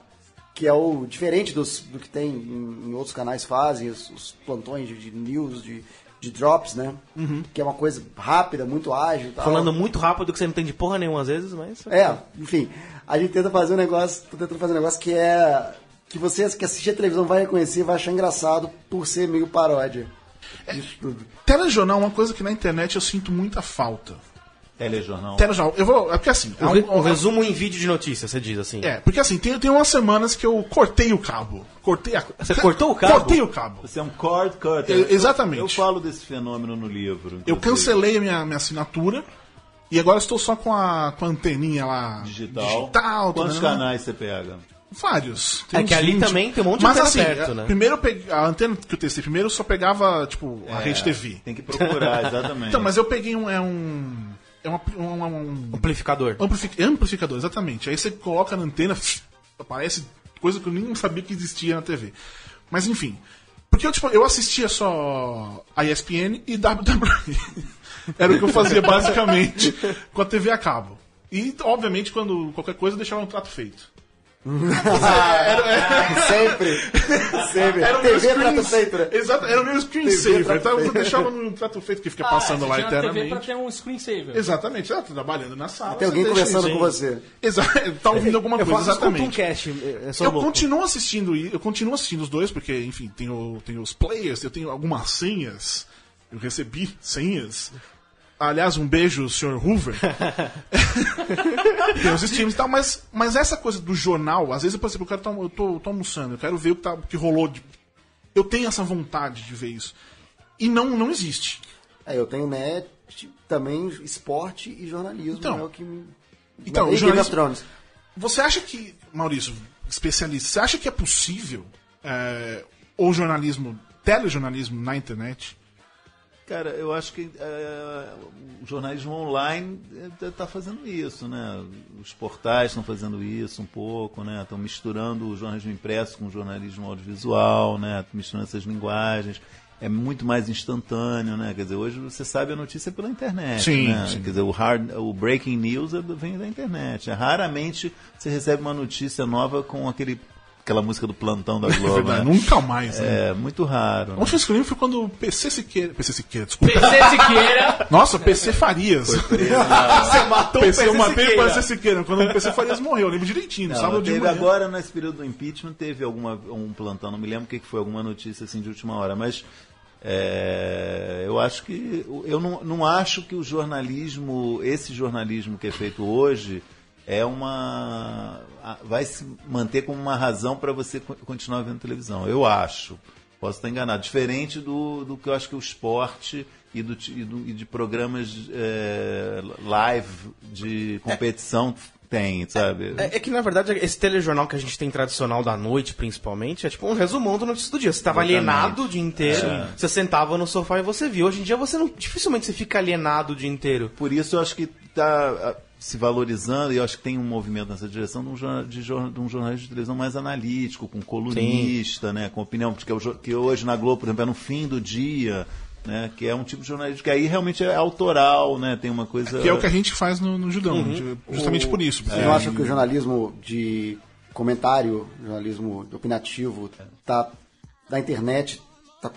Speaker 8: que é o diferente dos- do que tem em, em outros canais fazem, os, os plantões de, de news, de, de drops, né? Que é uma coisa rápida, muito ágil. e Tal.
Speaker 4: tá falando muito rápido que você não entende porra nenhuma às vezes, mas.
Speaker 8: É, enfim. A gente tenta fazer um negócio, tô tentando fazer um negócio que é. que você que assistir a televisão vai reconhecer, vai achar engraçado por ser meio
Speaker 3: É.
Speaker 8: paródia. Isso tudo.
Speaker 3: Telejornal é uma coisa que na internet eu sinto muita falta.
Speaker 6: Telejornal.
Speaker 3: Telejornal. Eu vou. É porque assim. há
Speaker 4: Um,
Speaker 3: um-
Speaker 4: re- um resumo em vídeo de notícia, você diz assim.
Speaker 3: É, porque assim, tem, tem umas semanas que eu cortei o cabo. Cortei a...
Speaker 4: Você cortou o cabo?
Speaker 3: Cortei o cabo.
Speaker 6: Você é um cord cutter.
Speaker 3: Eu- exatamente.
Speaker 6: Eu falo desse fenômeno no livro.
Speaker 3: Eu
Speaker 6: inclusive.
Speaker 3: cancelei a minha, minha assinatura e agora estou só com a, com a anteninha lá.
Speaker 6: Digital.
Speaker 3: Digital,
Speaker 6: Quantos
Speaker 3: tudo, né?
Speaker 6: canais você pega?
Speaker 3: Vários.
Speaker 4: É que
Speaker 3: uns
Speaker 4: ali também tem um monte de
Speaker 3: Mas
Speaker 4: antena
Speaker 3: assim,
Speaker 4: perto,
Speaker 3: a-
Speaker 4: né?
Speaker 3: primeiro eu peguei, a antena que eu testei primeiro eu só pegava, tipo,
Speaker 6: É.
Speaker 3: a rede TV.
Speaker 6: Tem que procurar, exatamente.
Speaker 3: Então, mas eu peguei um. É um. É uma, um, um-
Speaker 4: Amplificador.
Speaker 3: amplifi- amplificador, exatamente. Aí você coloca na antena, aparece coisa que eu nem sabia que existia na TV. Mas enfim. Porque eu, tipo, eu assistia só a ESPN e WWE. Era o que eu fazia basicamente com a TV a cabo. E, obviamente, quando qualquer coisa, eu deixava um trato feito.
Speaker 8: Sempre. Sempre.
Speaker 3: Era o meu
Speaker 8: TV
Speaker 3: screen-
Speaker 8: pra sempre.
Speaker 3: Exato, era o meu
Speaker 8: pra
Speaker 3: screensaver. Então eu
Speaker 8: frente.
Speaker 3: deixava num trato feito que fica passando
Speaker 7: Ah,
Speaker 3: lá
Speaker 7: você tinha na TV pra
Speaker 3: eternamente.
Speaker 7: ter um screensaver.
Speaker 3: Exatamente, tá trabalhando na sala.
Speaker 8: Tem alguém
Speaker 3: você deixa
Speaker 8: conversando
Speaker 3: isso.
Speaker 8: com você.
Speaker 3: Exato, tá ouvindo alguma
Speaker 4: eu
Speaker 3: coisa,
Speaker 4: faço isso com o
Speaker 3: exatamente.
Speaker 4: Tomcast. É só
Speaker 3: Eu
Speaker 4: louco.
Speaker 3: continuo assistindo i- eu continuo assistindo os dois, porque, enfim, tem, o, tem os players, eu tenho algumas senhas. Eu recebi senhas. Aliás, um beijo, senhor Hoover. tem os streams e tal, mas, mas essa coisa do jornal, às vezes eu, por exemplo, eu, quero tá- eu, tô, eu tô almoçando, eu quero ver o que, tá- o que rolou. de- eu tenho essa vontade de ver isso. E não, não existe.
Speaker 8: É, eu tenho net, também esporte e jornalismo.
Speaker 3: Então.
Speaker 8: é o que me...
Speaker 3: Então,
Speaker 8: e Game of
Speaker 3: jornalismo-
Speaker 8: Thrones.
Speaker 3: Você acha que, Maurício, especialista, você acha que é possível é, o jornalismo, telejornalismo na internet?
Speaker 6: Cara, eu acho que eh, o jornalismo online está fazendo isso, né? Os portais estão fazendo isso um pouco, né? Estão misturando o jornalismo impresso com o jornalismo audiovisual, né? Tão Misturando essas linguagens. É muito mais instantâneo, né? Quer dizer, hoje você sabe a notícia pela internet,
Speaker 3: Sim,
Speaker 6: né?
Speaker 3: sim.
Speaker 6: Quer dizer, o, hard, o breaking news é do- vem da internet. É, raramente você recebe uma notícia nova com aquele, aquela música do plantão da
Speaker 3: É
Speaker 6: Globo,
Speaker 3: verdade,
Speaker 6: né?
Speaker 3: nunca mais. Né?
Speaker 6: É, muito raro.
Speaker 3: A
Speaker 6: né?
Speaker 3: última vez que eu lembro foi quando o PC Siqueira. PC Siqueira, desculpa.
Speaker 7: PC Siqueira.
Speaker 3: Nossa, PC Farias. Você matou
Speaker 4: o
Speaker 3: PC, Eu
Speaker 4: PC
Speaker 3: matei o
Speaker 4: Siqueira.
Speaker 3: PC Siqueira. Quando o PC Farias morreu, eu lembro direitinho, no
Speaker 6: Não,
Speaker 3: sábado de
Speaker 6: teve
Speaker 3: manhã.
Speaker 6: agora nesse período do impeachment teve alguma um plantão não me lembro o que que foi alguma notícia assim de última hora mas é, eu acho que eu não, não acho que o jornalismo esse jornalismo que é feito hoje é uma a- vai se manter como uma razão para você co- continuar vendo televisão eu acho posso estar enganado diferente do, do que eu acho que o esporte e, do, ti- e, do- e de programas é, live de competição tem sabe
Speaker 4: É, é que, na verdade, esse telejornal que a gente tem tradicional da noite, principalmente, é tipo um resumão do notícia do dia. Você tava
Speaker 6: Exatamente.
Speaker 4: alienado o dia inteiro,
Speaker 3: É.
Speaker 4: você sentava no sofá e você via. Hoje em dia, você não dificilmente você fica alienado o dia inteiro.
Speaker 6: Por isso eu acho que está se valorizando e eu acho que tem um movimento nessa direção de um, jorna- de jorna- de um jornalista de televisão mais analítico, com colunista, né, com opinião, porque o jo- que hoje na Globo, por exemplo, é no fim do dia, né, que é um tipo de jornalismo que aí realmente é autoral, né, tem uma coisa...
Speaker 3: Que é o que a gente faz no, no Judão, justamente por isso.
Speaker 8: Vocês não acham É. que o jornalismo de comentário, jornalismo opinativo, tá da internet, tá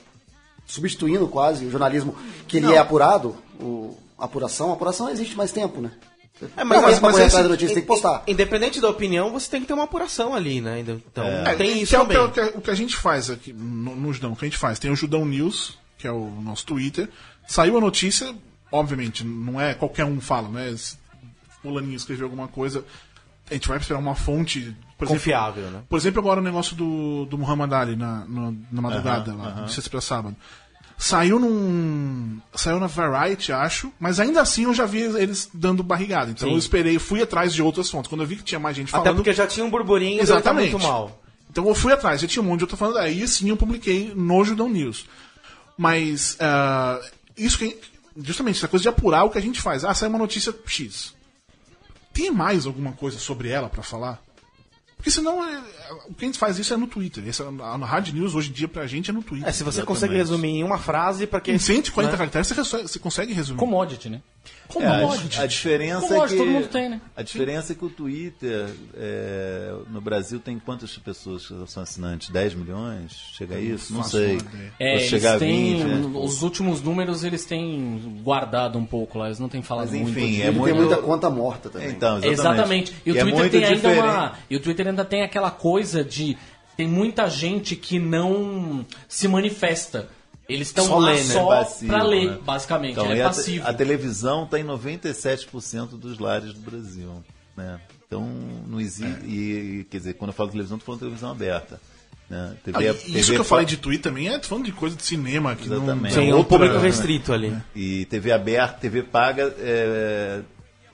Speaker 8: substituindo quase o jornalismo que ele é apurado? O, apuração, apuração não existe mais tempo, né?
Speaker 4: É,
Speaker 8: Não, mas- mas
Speaker 4: é
Speaker 8: esse-
Speaker 4: assim,
Speaker 8: notícia, tem que postar.
Speaker 4: Independente da opinião, você tem que ter uma apuração ali, né? Então, tem isso
Speaker 3: que é o que-
Speaker 4: também.
Speaker 3: o que, o que a gente faz aqui no, no Judão, o que a gente faz? Tem o Judão News, que é o nosso Twitter. Saiu a notícia, obviamente, não é qualquer um fala, né? Se Fulaninho escreveu alguma coisa, a gente vai esperar uma fonte. por exemplo,
Speaker 4: Confiável, né?
Speaker 3: Por exemplo, agora o negócio do, do Muhammad Ali na, na, na madrugada, lá, de sexta pra sábado. Saiu num. Saiu na Variety, acho, mas ainda assim eu já vi eles dando barrigada. Então eu esperei, fui atrás de outras fontes. Quando eu vi que tinha mais gente
Speaker 4: Até
Speaker 3: falando.
Speaker 4: porque já tinha um burburinho
Speaker 3: Exatamente.
Speaker 4: Exatamente. muito mal.
Speaker 3: Então eu fui atrás, eu tinha um monte de outra falando, aí sim eu publiquei no Judão News. Mas ah, isso que. Justamente, essa coisa de apurar o que a gente faz. Ah, saiu uma notícia X. Tem mais alguma coisa sobre ela pra falar? Porque senão é, o que a gente faz isso é no Twitter. Essa, a Hard News hoje em dia pra gente é no Twitter.
Speaker 4: É, se você consegue resumir em uma frase, pra quem.
Speaker 3: Em 140 caracteres você, resolve- você consegue resumir.
Speaker 7: Commodity, né?
Speaker 6: É, a, a diferença é
Speaker 7: Commodity,
Speaker 6: que...
Speaker 7: todo mundo tem, né?
Speaker 6: A diferença é que o Twitter é, no Brasil tem quantas pessoas que são assinantes? 10 milhões? Chega a isso? Não
Speaker 3: faço
Speaker 6: sei.
Speaker 3: uma ideia.
Speaker 7: É,
Speaker 6: Ou chegar
Speaker 7: eles têm.
Speaker 6: 20, né?
Speaker 7: Os últimos números eles têm guardado um pouco lá, eles não têm falado
Speaker 6: Mas
Speaker 7: muito.
Speaker 6: enfim, é
Speaker 8: Ele
Speaker 6: muito...
Speaker 8: tem muita conta morta também.
Speaker 6: Então, exatamente.
Speaker 7: Exatamente. E o
Speaker 6: é
Speaker 7: Twitter
Speaker 6: muito
Speaker 7: tem ainda
Speaker 6: diferente.
Speaker 7: uma. E o Twitter ainda tem aquela coisa de. Tem muita gente que não se manifesta. Eles estão
Speaker 6: Só
Speaker 7: lá
Speaker 6: lê, né?
Speaker 7: só
Speaker 6: Passivo,
Speaker 7: pra ler,
Speaker 6: né?
Speaker 7: basicamente.
Speaker 6: Então,
Speaker 7: Ele
Speaker 6: e
Speaker 7: é
Speaker 6: a,
Speaker 7: passivo.
Speaker 6: a televisão está em 97% dos lares do Brasil. Né? Então, não existe. E, quer dizer, quando eu falo televisão, estou falando televisão aberta.
Speaker 3: Ah,
Speaker 6: Né? TV,
Speaker 3: e
Speaker 6: TV
Speaker 3: isso que eu falei de Twitter também é falando de coisa de cinema que
Speaker 6: Exatamente.
Speaker 3: não
Speaker 4: Tem um
Speaker 3: outra-
Speaker 4: público restrito ali.
Speaker 6: E TV aberta, TV paga. é,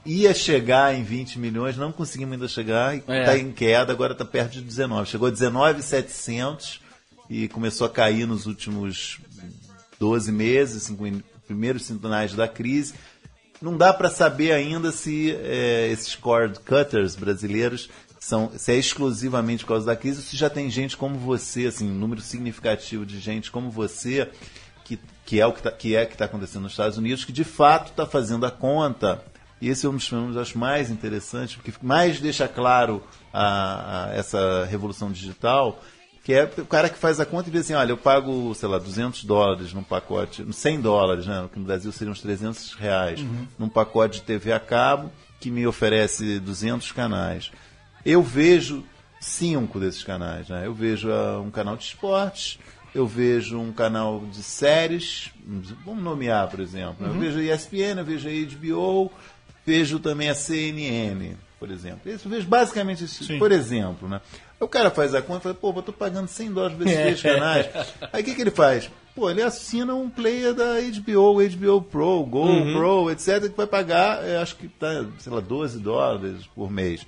Speaker 6: ia chegar em 20 milhões, não conseguimos ainda chegar. Está
Speaker 7: É.
Speaker 6: em queda, agora está perto de 19. Chegou a 19,700 e começou a cair nos últimos 12 meses, cinco in- primeiros sinais da crise. Não dá para saber ainda se é, esses cord cutters brasileiros são se é exclusivamente por causa da crise ou se já tem gente como você, assim, um número significativo de gente como você que, que é o que está que é que tá acontecendo nos Estados Unidos, que de fato está fazendo a conta. E esse é um dos fenômenos acho mais interessantes, porque mais deixa claro a- a- essa revolução digital, que é o cara que faz a conta e vê assim, olha, eu pago, sei lá, 200 dólares num pacote, 100 dólares, né, que no Brasil seriam uns 300 reais, num pacote de TV a cabo, que me oferece 200 canais. Eu vejo cinco desses canais, né? Eu vejo ah, um canal de esportes, eu vejo um canal de séries, vamos nomear, por exemplo. né? Eu vejo a ESPN, eu vejo a HBO, vejo também a CNN, por exemplo. Isso, eu vejo basicamente esses, por exemplo, né? Aí O cara faz a conta e fala, pô, eu tô pagando 100 dólares por esses três canais. Aí o que, que ele faz? Pô, ele assina um player da HBO, HBO Pro, Go Pro, etc., que vai pagar, eh, acho que tá, sei lá, 12 dólares por mês.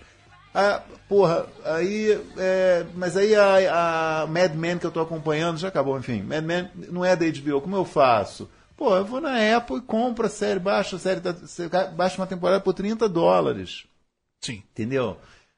Speaker 6: Ah, porra, aí. é, mas aí a, a Mad Men que eu tô acompanhando já acabou, enfim. Mad Men não é da HBO, como eu faço? Pô, eu vou na Apple e compro a série, baixo a série, tá, da- baixo uma temporada por 30 dólares.
Speaker 3: Sim.
Speaker 6: Entendeu?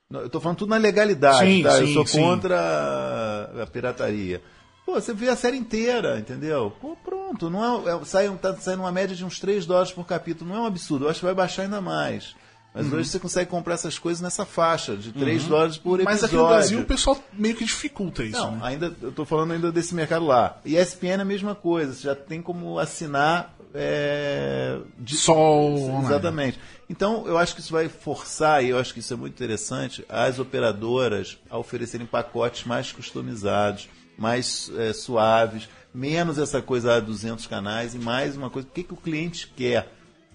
Speaker 6: Não, Eu tô falando tudo na legalidade,
Speaker 3: Sim,
Speaker 6: tá?
Speaker 3: sim,
Speaker 6: eu sou
Speaker 3: sim.
Speaker 6: contra a- a pirataria. Pô, você vê a série inteira, entendeu? Pô, pronto. Não é, é, sai, um- tá saindo uma média de uns 3 dólares por capítulo. Não é um absurdo. Eu acho que vai baixar ainda mais. Mas
Speaker 3: Uhum.
Speaker 6: hoje você consegue comprar essas coisas nessa faixa, de 3 dólares por episódio.
Speaker 3: Mas aqui no Brasil o pessoal meio que dificulta isso.
Speaker 6: Não,
Speaker 3: né?
Speaker 6: ainda, eu tô falando ainda desse mercado lá. E ESPN é a mesma coisa. Você já tem como assinar é, de-
Speaker 3: Sol. online.
Speaker 6: Exatamente. Então, eu acho que isso vai forçar, e eu acho que isso é muito interessante, as operadoras a oferecerem pacotes mais customizados, mais eh, suaves, menos essa coisa a 200 canais e mais uma coisa, o que, que o cliente quer.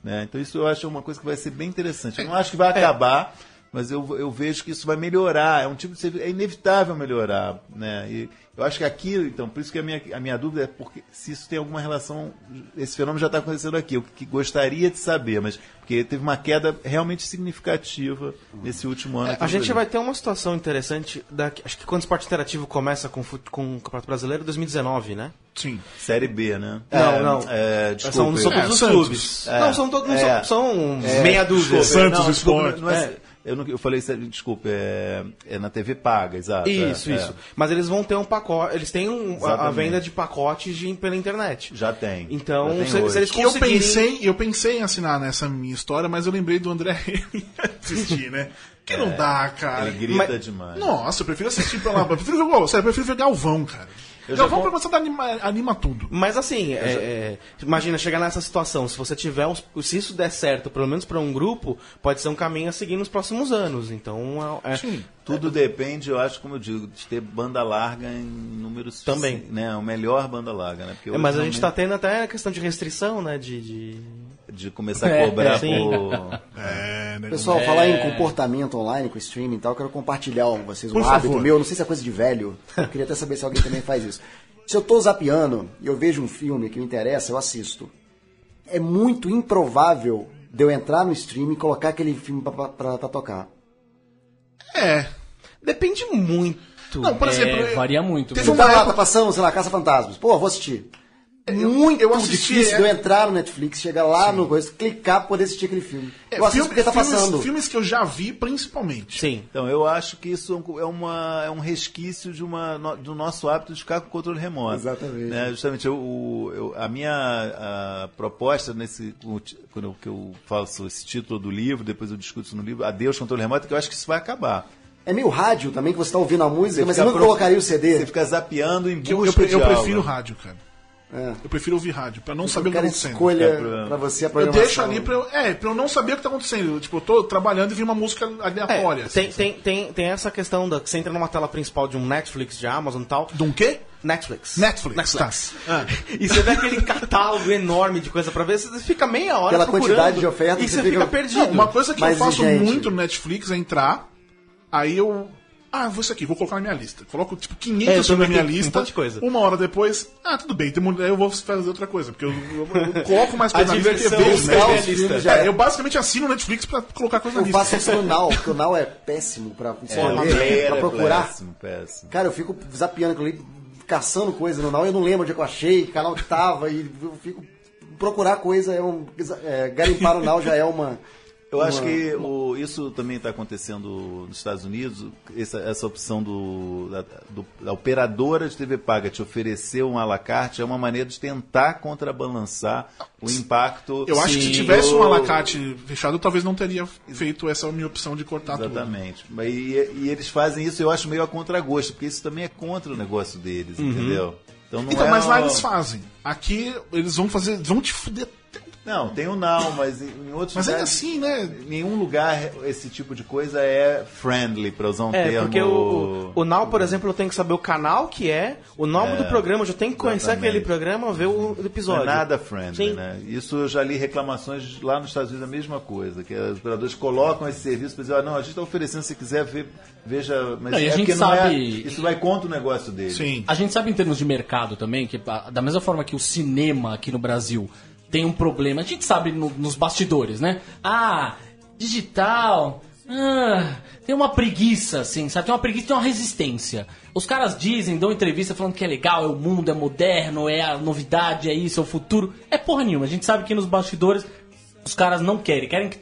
Speaker 6: Né? Então, isso eu acho uma coisa que vai ser bem interessante. Eu não acho que
Speaker 3: É,
Speaker 6: vai acabar, mas eu, eu vejo que isso vai melhorar. É um tipo de serviço, é inevitável melhorar. Né? E eu acho que aqui, então, por isso que a minha, a minha dúvida é porque, se isso tem alguma relação. Esse fenômeno já está acontecendo aqui. Eu que gostaria de saber, mas porque teve uma queda realmente significativa nesse último ano. aqui
Speaker 4: É, A
Speaker 6: no
Speaker 4: gente
Speaker 6: Brasil.
Speaker 4: vai ter uma situação interessante. Daqui, acho que quando o esporte interativo começa com, o fut- com o Campeonato Brasileiro, 2019, né?
Speaker 3: Sim.
Speaker 6: Série B, né?
Speaker 4: Não, não. um
Speaker 6: É, desculpa.
Speaker 4: são são
Speaker 6: eu-
Speaker 4: todos os
Speaker 3: Santos.
Speaker 4: clubes.
Speaker 6: É.
Speaker 4: Não, são todos. não São,
Speaker 6: É.
Speaker 4: são
Speaker 6: É,
Speaker 4: meia dúzia.
Speaker 6: desculpa,
Speaker 3: Santos
Speaker 6: não, desculpa,
Speaker 3: Sport.
Speaker 6: não é- eu, não, eu falei, sério, desculpa, é, é na TV paga, exato.
Speaker 4: Isso,
Speaker 6: é, é.
Speaker 4: isso. Mas eles vão ter um pacote. Eles têm um- a- a,
Speaker 6: Exatamente.
Speaker 4: venda de pacotes de, pela internet.
Speaker 6: Já tem.
Speaker 4: Então,
Speaker 6: Já tem
Speaker 4: se- se
Speaker 6: hoje.
Speaker 4: eles
Speaker 3: Que eu
Speaker 4: conseguirem-
Speaker 3: pensei, eu pensei em assinar nessa minha história, mas eu lembrei do André Henry assistir, né? Que não dá, cara.
Speaker 6: Ele grita
Speaker 4: Mas-
Speaker 6: demais.
Speaker 3: Nossa, eu prefiro assistir pra lá. Eu prefiro ver, Ô, sério, eu prefiro ver Galvão, cara.
Speaker 6: Eu já
Speaker 3: Galvão
Speaker 6: con-
Speaker 3: pra você dar anima, anima tudo.
Speaker 4: Mas assim, é, é, imagina chegar nessa situação. Se você tiver, uns- se isso der certo, pelo menos pra um grupo, pode ser um caminho a seguir nos próximos anos. Então, é, é-
Speaker 6: Tudo depende, eu acho, como eu digo, de ter banda larga em números.
Speaker 4: Também.
Speaker 6: Né, o melhor banda larga, né? Porque
Speaker 4: é,
Speaker 6: hoje
Speaker 4: mas a gente tá
Speaker 6: realmente,
Speaker 4: tendo até a questão de restrição, né? De, de-
Speaker 6: De começar a
Speaker 4: É,
Speaker 6: cobrar
Speaker 4: sim.
Speaker 6: por.
Speaker 3: É, né?
Speaker 8: Pessoal, falar em comportamento online com streaming e tal, eu quero compartilhar com vocês um
Speaker 3: Por
Speaker 8: hábito
Speaker 3: favor.
Speaker 8: meu, não sei se é coisa de velho, eu queria até saber se alguém também faz isso. Se eu tô zapeando e eu vejo um filme que me interessa, eu assisto. É muito improvável de eu entrar no streaming e colocar aquele filme pra, pra- pra- pra tocar.
Speaker 3: É.
Speaker 4: Depende muito.
Speaker 3: Não, por
Speaker 7: É,
Speaker 3: exemplo, eu-
Speaker 7: varia muito.
Speaker 3: Teve
Speaker 7: mesmo.
Speaker 8: Então lá, tá passando, sei lá, Caça Fantasmas. Pô, vou assistir. É muito
Speaker 3: eu assisti, é.
Speaker 8: difícil de eu entrar no Netflix, chegar lá no coisa, clicar pra poder assistir aquele filme.
Speaker 3: é,
Speaker 8: eu assisto
Speaker 3: filme-
Speaker 8: porque tá
Speaker 3: filmes,
Speaker 8: passando.
Speaker 3: filmes que eu já vi, principalmente.
Speaker 4: Sim.
Speaker 6: Então, eu acho que isso é um- é, uma, é um resquício de uma, no- do nosso hábito de ficar com o controle remoto.
Speaker 8: Exatamente.
Speaker 6: Né? Justamente, eu, o- eu- a minha a proposta, nesse, o ti- quando eu, que eu faço esse título do livro, depois eu discuto isso no livro, Adeus Controle Remoto, que eu acho que isso vai acabar.
Speaker 8: É meio rádio também, que você tá ouvindo a música, mas
Speaker 6: fica
Speaker 8: eu não
Speaker 6: pro-
Speaker 8: colocaria o CD.
Speaker 6: Você fica zapeando em busca
Speaker 3: Que eu, eu, pre- eu
Speaker 6: de
Speaker 3: prefiro
Speaker 6: algo.
Speaker 3: rádio, cara.
Speaker 8: É.
Speaker 3: Eu prefiro ouvir rádio, pra não saber
Speaker 8: Eu
Speaker 3: o que tá
Speaker 8: quero
Speaker 3: acontecendo.
Speaker 6: Não
Speaker 8: escolha
Speaker 6: tem problema.
Speaker 8: pra você a
Speaker 3: Eu
Speaker 8: programação.
Speaker 3: deixo ali pra eu. É, pra eu não saber o que tá acontecendo. Tipo, eu tô trabalhando e vi uma música
Speaker 4: É,
Speaker 3: aleatória. assim.
Speaker 4: tem, tem, tem, tem essa questão da que você entra numa tela principal de um Netflix, de Amazon e tal.
Speaker 3: De um quê?
Speaker 4: Netflix.
Speaker 3: Netflix. Tá. Ah.
Speaker 4: E você vê aquele catálogo enorme de coisa pra ver, você fica meia hora
Speaker 8: Pela
Speaker 4: procurando,
Speaker 8: quantidade de oferta,
Speaker 4: e
Speaker 8: você
Speaker 4: você fica,
Speaker 8: fica-
Speaker 4: perdido.
Speaker 3: Não, uma coisa que
Speaker 8: Mas,
Speaker 3: eu faço
Speaker 8: gente-
Speaker 3: muito no Netflix é entrar, aí eu. Ah, vou isso aqui, vou colocar na minha lista. Coloco, tipo, 500
Speaker 4: É, eu
Speaker 3: filmes na
Speaker 4: também
Speaker 3: minha
Speaker 4: tenho um
Speaker 3: lista.
Speaker 4: monte de coisa.
Speaker 3: Uma hora depois, ah, tudo bem, tem mu- aí eu vou fazer outra coisa. Porque eu, eu- eu coloco mais
Speaker 4: A
Speaker 3: coisa na lista
Speaker 4: diversão
Speaker 3: porque eu
Speaker 4: está na
Speaker 3: né?
Speaker 4: lista.
Speaker 3: Filmes,
Speaker 8: Já
Speaker 3: é,
Speaker 8: é.
Speaker 3: Eu basicamente assino o Netflix pra colocar coisa
Speaker 8: Eu
Speaker 3: na
Speaker 8: faço
Speaker 3: lista.
Speaker 8: isso no Now, porque o Now é péssimo pra
Speaker 6: É.
Speaker 8: escolher,
Speaker 6: player
Speaker 8: pra procurar.
Speaker 6: péssimo, péssimo.
Speaker 8: Cara, eu fico zapeando aquilo ali, caçando coisa no Now, eu não lembro onde é que eu achei, que canal que tava, e eu fico... Procurar coisa é um... é, garimpar o Now já é uma...
Speaker 6: Eu acho
Speaker 8: uma-
Speaker 6: que o- isso também está acontecendo nos Estados Unidos, essa, essa opção do, da, do- da operadora de TV paga te oferecer um alacarte é uma maneira de tentar contrabalançar o impacto.
Speaker 3: Eu acho que se
Speaker 6: Sim,
Speaker 3: tivesse
Speaker 6: do-
Speaker 3: um alacate fechado, eu talvez não teria feito essa minha opção de cortar tá tudo.
Speaker 6: Exatamente. Mas E, e eles fazem isso, eu acho meio a contragosto, porque isso também é contra o negócio deles,
Speaker 3: Uhum.
Speaker 6: entendeu? Então, não
Speaker 3: Então,
Speaker 6: é
Speaker 3: mas lá
Speaker 6: uma-
Speaker 3: eles fazem. Aqui eles vão fazer. Vão te fuder.
Speaker 6: Não, tem o não, mas em em outros
Speaker 3: Mas ainda
Speaker 6: lugares-
Speaker 3: assim, né?
Speaker 6: Em nenhum lugar esse tipo de coisa é friendly, pra usar um
Speaker 4: É,
Speaker 6: termo.
Speaker 4: porque o, o, o Now, por exemplo, eu tenho que saber o canal que é, o nome do programa, eu já tenho que conhecer
Speaker 6: exatamente.
Speaker 4: aquele programa, ver o
Speaker 6: Não
Speaker 4: episódio.
Speaker 6: é nada friendly,
Speaker 4: Sim.
Speaker 6: né? Isso eu já li reclamações lá nos Estados Unidos, é a mesma coisa, que os operadores colocam esse serviço para dizer, ó, não, a gente está oferecendo, se quiser, ver, veja, mas
Speaker 7: Não, e a
Speaker 6: é
Speaker 7: gente
Speaker 6: porque não é,
Speaker 7: sabe-
Speaker 6: isso vai contra o negócio dele.
Speaker 3: Sim.
Speaker 7: A gente sabe em termos de mercado também que, a- da mesma forma que o cinema aqui no Brasil tem um problema, a gente sabe no- nos bastidores, né? Ah, digital. ah, tem uma preguiça, assim, sabe? Tem uma preguiça, tem uma resistência. Os caras dizem, dão entrevista falando que é legal, é o mundo, é moderno, é a novidade, é isso, é o futuro. É porra nenhuma. A gente sabe que nos bastidores os caras não querem, querem que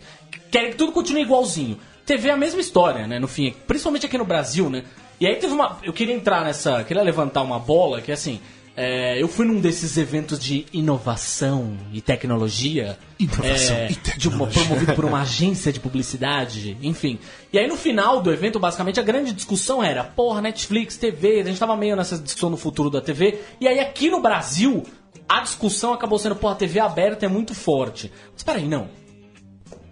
Speaker 7: querem que tudo continue igualzinho. TV é a mesma história, né? No fim, principalmente aqui no Brasil, né? E aí teve uma. Eu queria entrar nessa. Queria levantar uma bola que assim. é, eu fui num desses eventos de inovação e tecnologia.
Speaker 3: Inovação
Speaker 7: é,
Speaker 3: e
Speaker 7: de uma-
Speaker 3: tecnologia.
Speaker 7: promovido por uma agência de publicidade, enfim. E aí no final do evento, basicamente, a grande discussão era, porra, Netflix, TV, a gente tava meio nessa discussão no futuro da TV. E aí aqui no Brasil, a discussão acabou sendo, porra, a TV aberta é muito forte. Mas peraí, não.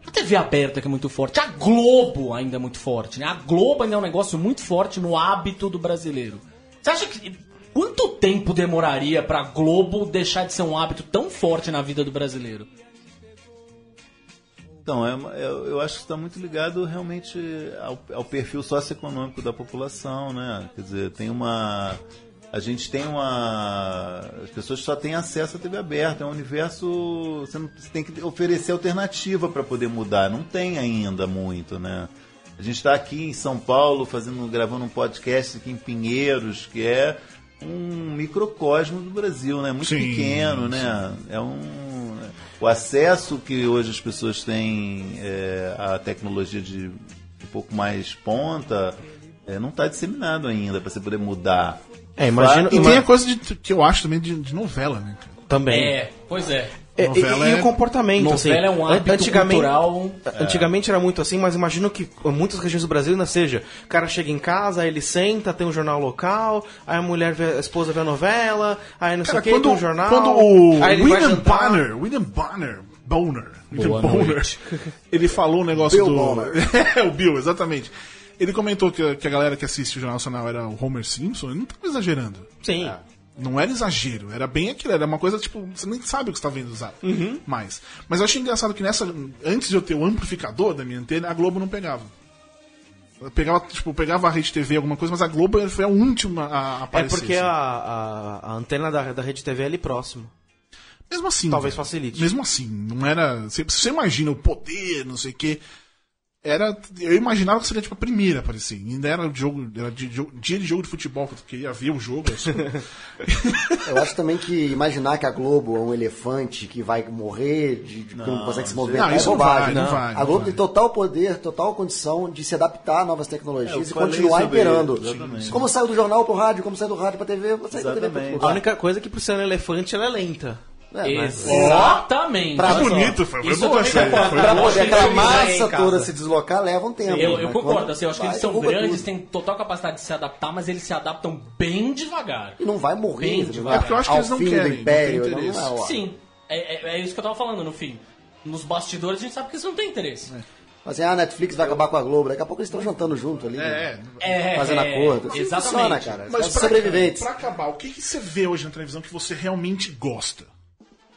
Speaker 7: A TV aberta que é muito forte. A Globo ainda é muito forte, né? A Globo ainda é um negócio muito forte no hábito do brasileiro. Você acha que. Quanto tempo demoraria pra Globo deixar de ser um hábito tão forte na vida do brasileiro?
Speaker 6: Então, é uma- eu, eu acho que está muito ligado realmente ao, ao perfil socioeconômico da população, né? Quer dizer, tem uma. A gente tem uma. As pessoas só têm acesso à TV aberta, é um universo. Você, não- você tem que oferecer alternativa para poder mudar, não tem ainda muito, né? A gente está aqui em São Paulo fazendo, gravando um podcast aqui em Pinheiros, que é um microcosmo do Brasil, né? Muito
Speaker 3: Sim,
Speaker 6: pequeno, né? É um o acesso que hoje as pessoas têm é, à tecnologia de um pouco mais ponta é, não está disseminado ainda para você poder mudar.
Speaker 4: É, imagina-
Speaker 6: Fato-
Speaker 3: E
Speaker 4: Uma-
Speaker 3: tem a coisa de- que eu acho também de, de novela, né? cara?
Speaker 4: Também.
Speaker 7: É, pois é.
Speaker 4: É, e,
Speaker 3: Novela
Speaker 4: e
Speaker 3: é-
Speaker 4: o comportamento,
Speaker 7: Novela
Speaker 4: assim.
Speaker 7: é um hábito
Speaker 4: antigamente,
Speaker 7: cultural.
Speaker 4: Antigamente era muito assim, mas imagino que em muitas regiões do Brasil ainda seja. O cara chega em casa, aí ele senta, tem um jornal local, aí a mulher, vê, a esposa vê a novela, aí não sei o
Speaker 3: Cara,
Speaker 4: que, tem
Speaker 3: quando,
Speaker 4: um jornal.
Speaker 3: quando o
Speaker 4: aí Ah, ele vai
Speaker 3: William
Speaker 4: jantar.
Speaker 3: Bonner, William Bonner, Bonner, William
Speaker 7: Boa
Speaker 3: Bonner,
Speaker 7: noite.
Speaker 3: ele falou um negócio
Speaker 8: Bill
Speaker 3: do...
Speaker 8: Bonner.
Speaker 3: é, o Bill, exatamente. Ele comentou que, que a galera que assiste o Jornal Nacional era o Homer Simpson, ele não tava exagerando.
Speaker 4: Sim.
Speaker 3: Ah, Não era exagero, era bem aquilo, era uma coisa tipo, você nem sabe o que você tá vendo usar
Speaker 4: Uhum.
Speaker 3: mais. Mas eu achei engraçado que nessa, antes de eu ter o amplificador da minha antena, a Globo não pegava. Eu Pegava, tipo, pegava a Rede TV, alguma coisa, mas a Globo foi a última a
Speaker 4: É
Speaker 3: aparecer.
Speaker 4: porque
Speaker 3: assim.
Speaker 4: a, a, a antena da, da Rede TV é ali próximo.
Speaker 3: Mesmo assim.
Speaker 4: Talvez facilite.
Speaker 3: Mesmo assim, não era. Se se você imagina o poder, não sei o quê. Era, eu imaginava que seria tipo a primeira a aparecer. Ainda era o jogo, era de, jo- dia de jogo de futebol, que eu queria ver o jogo. assim. eu sou-
Speaker 8: Eu acho também que imaginar que a Globo é um elefante que vai morrer, de, de- que não consegue se movimentar,
Speaker 3: não, isso
Speaker 8: é
Speaker 3: não vai,
Speaker 8: bobagem.
Speaker 3: não vai.
Speaker 8: A
Speaker 3: não
Speaker 8: Globo
Speaker 3: vai.
Speaker 8: tem total poder, total condição de se adaptar a novas tecnologias
Speaker 6: É,
Speaker 8: e
Speaker 6: eu falei
Speaker 8: continuar
Speaker 6: sobre
Speaker 8: imperando.
Speaker 6: isso, exatamente.
Speaker 8: Como saiu do jornal pro rádio, como saiu do rádio pra TV, você saiu da TV pra
Speaker 6: Exatamente.
Speaker 8: outro
Speaker 4: A
Speaker 8: lugar.
Speaker 4: única coisa é que por ser um elefante ela é lenta.
Speaker 8: É, mas-
Speaker 7: Exatamente.
Speaker 8: Pra-
Speaker 7: Olha só.
Speaker 3: tá bonito, foi- foi
Speaker 7: Isso eu
Speaker 3: bom,
Speaker 7: também
Speaker 3: achei.
Speaker 7: concordo.
Speaker 3: Foi
Speaker 8: Pra
Speaker 7: Eu
Speaker 8: poder
Speaker 7: achei
Speaker 8: aquela
Speaker 7: que eles aí né, em
Speaker 8: massa
Speaker 7: casa.
Speaker 8: toda se deslocar, leva um tempo.
Speaker 7: Eu,
Speaker 8: né?
Speaker 7: eu
Speaker 8: Mas
Speaker 7: concordo,
Speaker 8: quando
Speaker 7: assim, eu acho que
Speaker 8: vai,
Speaker 7: eles são
Speaker 8: derruba
Speaker 7: grandes,
Speaker 8: tudo.
Speaker 7: têm total capacidade de se adaptar, mas eles se adaptam bem devagar.
Speaker 8: E não vai morrer.
Speaker 7: Bem
Speaker 8: entendeu?
Speaker 7: devagar. É porque
Speaker 3: eu acho que
Speaker 8: Ao
Speaker 3: eles não
Speaker 8: fim
Speaker 3: querem,
Speaker 8: do
Speaker 3: não tem
Speaker 8: império,
Speaker 3: interesse.
Speaker 8: é, ó.
Speaker 7: Sim, é, é- é isso que eu tava falando, no fim. Nos bastidores a gente sabe que eles não têm interesse.
Speaker 8: Assim, ah, a Netflix vai acabar com a Globo. Daqui a pouco eles estão jantando junto ali.
Speaker 3: É,
Speaker 8: né?
Speaker 7: É,
Speaker 8: Fazendo
Speaker 7: é,
Speaker 8: acordo. Assim
Speaker 7: Exatamente.
Speaker 8: Funciona, cara. Mas
Speaker 3: Mas
Speaker 8: os
Speaker 3: pra,
Speaker 8: sobreviventes.
Speaker 3: pra acabar, o que, que você vê hoje na televisão que você realmente gosta?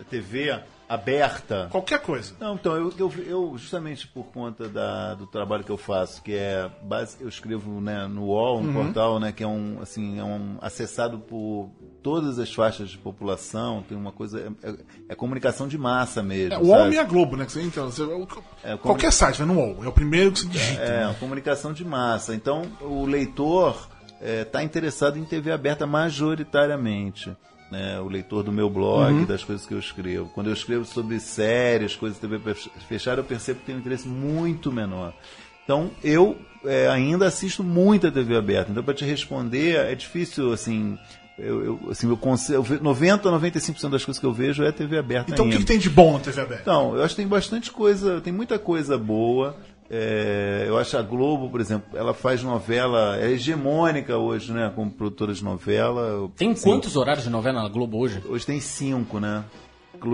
Speaker 6: TV aberta.
Speaker 3: Qualquer coisa.
Speaker 6: Não, então, eu, eu, eu, justamente por conta da, do trabalho que eu faço, que é base, eu escrevo né, no UOL,
Speaker 3: Uhum.
Speaker 6: um portal, né, que é um, assim, é um acessado por todas as faixas de população, tem uma coisa, é, é- é comunicação de massa mesmo,
Speaker 3: É, o UOL
Speaker 6: sabe?
Speaker 3: e a Globo, né? que você- Então, você- o-
Speaker 6: É, como-
Speaker 3: qualquer site, vai no UOL. É o primeiro que você digita.
Speaker 6: É, uma comunicação de massa. Então, o leitor está interessado em TV aberta majoritariamente. né? O leitor do meu blog,
Speaker 3: Uhum.
Speaker 6: das coisas que eu escrevo. Quando eu escrevo sobre séries, coisas de TV pe- fechada, eu percebo que tem um interesse muito menor. Então, eu é, ainda assisto muita TV aberta. Então, para te responder, é difícil, assim... Eu, eu, assim, eu conse- eu ve- 90 a 95% das coisas que eu vejo é TV aberta
Speaker 3: Então, o
Speaker 6: ainda.
Speaker 3: que, que tem de bom na TV aberta?
Speaker 6: Então, eu acho que tem bastante coisa, tem muita coisa boa. É, eu acho a Globo, por exemplo, ela faz novela, é hegemônica hoje, né? Como produtora de novela.
Speaker 7: Tem
Speaker 6: Sim.
Speaker 7: quantos horários de novela na Globo hoje?
Speaker 6: Hoje tem cinco, né?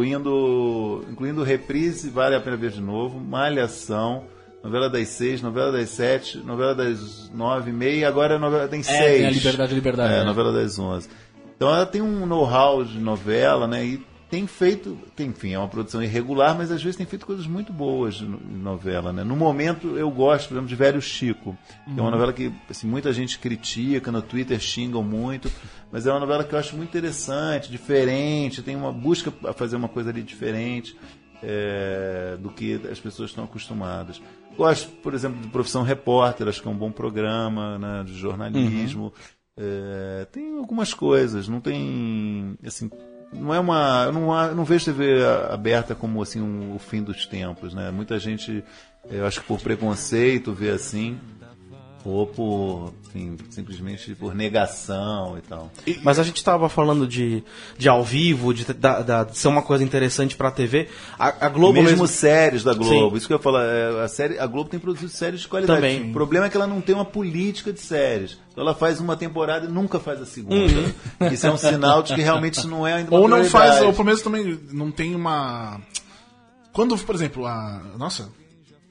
Speaker 6: Incluindo, incluindo reprise, vale a pena ver de novo, Malhação, novela das seis, novela das sete, novela das nove e meia, agora a novela
Speaker 3: É,
Speaker 6: tem seis.
Speaker 7: É, tem a Liberdade, Liberdade,
Speaker 6: É,
Speaker 7: né?
Speaker 6: novela das onze. Então ela tem um know-how de novela, né? E tem feito, tem, enfim, é uma produção irregular, mas às vezes tem feito coisas muito boas de no- em novela, né? No momento eu gosto, por exemplo, de Velho Chico, que é uma novela que assim, muita gente critica, no Twitter xingam muito, mas é uma novela que eu acho muito interessante, diferente, tem uma busca a fazer uma coisa ali diferente é, do que as pessoas estão acostumadas. Gosto, por exemplo, de Profissão Repórter, acho que é um bom programa né, de jornalismo. É, tem algumas coisas, não tem. Assim, não é uma. Eu não, a- eu não vejo TV a- aberta como assim um- o fim dos tempos, né? Muita gente, eu acho que por preconceito vê assim, ou por. enfim, simplesmente por negação e tal.
Speaker 4: Mas a gente tava falando de, de ao vivo, de, da- da- de ser uma coisa interessante pra TV. A, a Globo
Speaker 6: mesmo,
Speaker 4: mesmo.
Speaker 6: séries da Globo,
Speaker 4: Sim.
Speaker 6: isso que eu ia falar. é, a, série, a Globo tem produzido séries de qualidade.
Speaker 4: Também.
Speaker 6: O problema é que ela não tem uma política de séries. Então ela faz uma temporada e nunca faz a segunda. Isso é um sinal de que realmente isso não é ainda uma
Speaker 3: Ou não faz,
Speaker 6: prioridade.
Speaker 3: ou pelo menos também não tem uma. Quando, por exemplo, a. Nossa,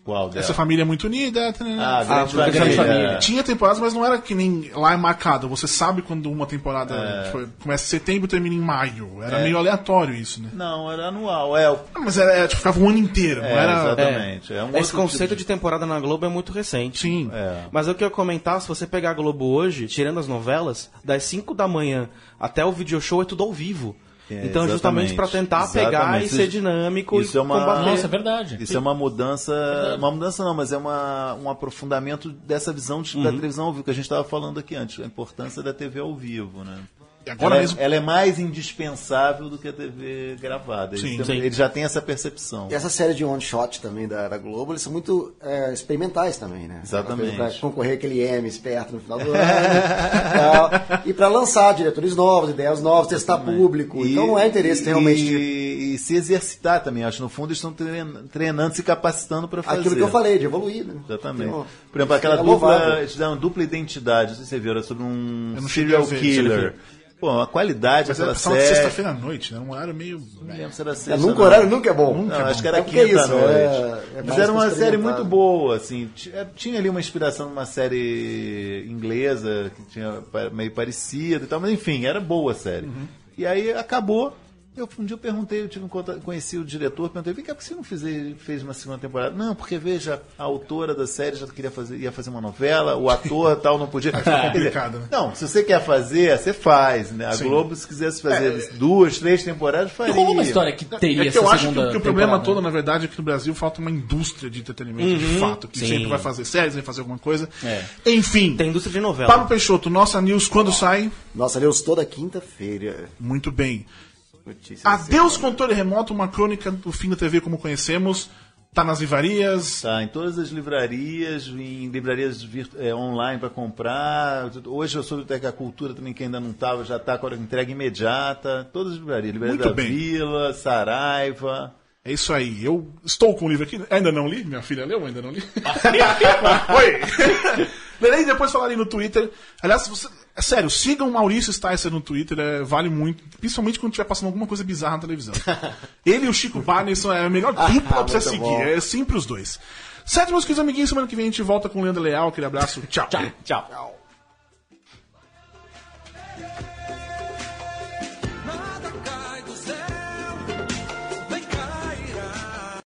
Speaker 6: Qual dela?
Speaker 3: essa família é muito unida. tanana.
Speaker 6: Ah, é. grande
Speaker 4: Ah, Grande
Speaker 6: família.
Speaker 4: Família.
Speaker 3: Tinha temporadas, mas não era que nem lá é marcado. Você sabe quando uma temporada tipo, começa em setembro e termina em maio. Era meio aleatório isso, né?
Speaker 6: Não, era anual. É, o-
Speaker 3: Ah, Mas era, é, tipo, ficava um ano inteiro,
Speaker 6: é,
Speaker 3: não era.
Speaker 6: exatamente. É um
Speaker 4: Esse
Speaker 6: outro
Speaker 4: conceito
Speaker 6: tipo
Speaker 4: de temporada na Globo é muito recente.
Speaker 3: Sim.
Speaker 4: Mas eu queria comentar, se você pegar a Globo hoje, tirando as novelas, das 5 da manhã até o video show é tudo ao vivo.
Speaker 6: É,
Speaker 4: então,
Speaker 6: exatamente.
Speaker 4: justamente pra tentar pegar
Speaker 6: Exatamente.
Speaker 4: e
Speaker 6: Isso-
Speaker 4: ser dinâmico
Speaker 6: isso
Speaker 4: e
Speaker 6: é uma-
Speaker 4: combater.
Speaker 7: Nossa, é verdade.
Speaker 6: Isso é uma mudança, uma mudança não, mas é uma, um aprofundamento dessa visão de- da televisão ao vivo, que a gente estava falando aqui antes, a importância da TV ao vivo, né?
Speaker 3: E agora
Speaker 6: Ela, é-
Speaker 3: mesmo.
Speaker 6: ela é mais indispensável do que a TV gravada. Eles
Speaker 3: Sim,
Speaker 6: têm-
Speaker 3: sim.
Speaker 6: Ele já tem essa percepção.
Speaker 8: E essa série de one shot também da, da Globo, eles são muito é, experimentais também, né?
Speaker 6: Exatamente.
Speaker 8: Pra concorrer aquele M esperto no final do ano. e tal. e pra lançar diretores novos, ideias novas, testar público. então é interesse realmente de
Speaker 6: E, e se exercitar também, acho. No fundo, eles estão trein- treinando, se capacitando para fazer.
Speaker 8: aquilo que eu falei, de evoluir, né?
Speaker 6: Exatamente.
Speaker 8: Então,
Speaker 6: Por exemplo, aquela
Speaker 8: é louvável.
Speaker 6: dupla, eles fizeram dupla identidade, não sei se você viu, era sobre um
Speaker 3: Eu não cheguei a
Speaker 6: serial
Speaker 3: ver,
Speaker 6: killer. Pô, a qualidade
Speaker 3: Mas
Speaker 6: daquela
Speaker 3: era passava de
Speaker 6: série.
Speaker 3: sexta-feira à noite, né? Um horário meio.
Speaker 6: Não lembro se era sexta,
Speaker 8: É, nunca
Speaker 6: não.
Speaker 8: horário nunca é bom.
Speaker 6: Não,
Speaker 8: Nunca é
Speaker 6: acho
Speaker 8: bom.
Speaker 6: que era
Speaker 8: Então, porque é
Speaker 6: quinta à
Speaker 8: isso,
Speaker 6: noite.
Speaker 8: é- é
Speaker 6: Mas
Speaker 8: mais
Speaker 6: era uma
Speaker 8: pra
Speaker 6: série
Speaker 8: experimentar.
Speaker 6: muito boa, assim. Ti- é, Tinha ali uma inspiração numa série inglesa, que tinha pa- meio parecida e tal, mas enfim, era boa a série.
Speaker 8: Uhum.
Speaker 6: E aí acabou. Eu, um dia eu perguntei, eu tive um conta- conheci o diretor, perguntei, vem cá, por que você não fez, fez uma segunda temporada? Não, porque veja, a autora da série já queria fazer, ia fazer uma novela, o ator tal, não podia.
Speaker 8: é
Speaker 6: Quer dizer,
Speaker 3: complicado, né?
Speaker 6: Não, se você quer fazer, você faz, né? A
Speaker 3: Sim.
Speaker 6: Globo, se quisesse
Speaker 8: É,
Speaker 6: fazer duas, três temporadas, faria.
Speaker 7: Rolou uma história que
Speaker 3: é
Speaker 7: teria
Speaker 3: que
Speaker 7: essa
Speaker 3: eu acho que,
Speaker 7: segunda
Speaker 3: o- que o problema
Speaker 7: temporada.
Speaker 3: todo, na verdade, é que no Brasil falta uma indústria de entretenimento de fato, que
Speaker 4: Sim.
Speaker 3: sempre vai fazer séries, vai fazer alguma coisa.
Speaker 7: É.
Speaker 3: Enfim,
Speaker 4: Tem indústria de novela.
Speaker 3: Pablo Peixoto, nossa news quando sai?
Speaker 8: Nossa, Deus, toda quinta-feira.
Speaker 3: Muito bem.
Speaker 8: Notícias.
Speaker 3: Ah, Adeus controle remoto, uma crônica do fim da TV como conhecemos. Tá nas livrarias.
Speaker 6: Tá, em todas as livrarias, em livrarias virtu- é, online para comprar. Hoje eu soube até que a cultura também, que ainda não estava, já está com a entrega imediata. Todas as livrarias. Livraria
Speaker 3: Muito
Speaker 6: da
Speaker 3: bem.
Speaker 6: Vila, Saraiva.
Speaker 3: É isso aí. Eu estou com o livro aqui. Ainda não li. Minha filha leu, ainda não li. Oi. Lerei e depois falarei no Twitter. Aliás, você- é sério, sigam o Maurício Sticer no Twitter. é, vale muito. Principalmente quando estiver passando alguma coisa bizarra na televisão. Ele e o Chico Barney são é a melhor dupla pra você
Speaker 8: Ah, muito
Speaker 3: seguir.
Speaker 8: bom.
Speaker 3: É sempre os dois. Certo, meus queridos amiguinhos. Semana que vem a gente volta com o Leandro Leal. Aquele abraço. Tchau.
Speaker 7: Tchau.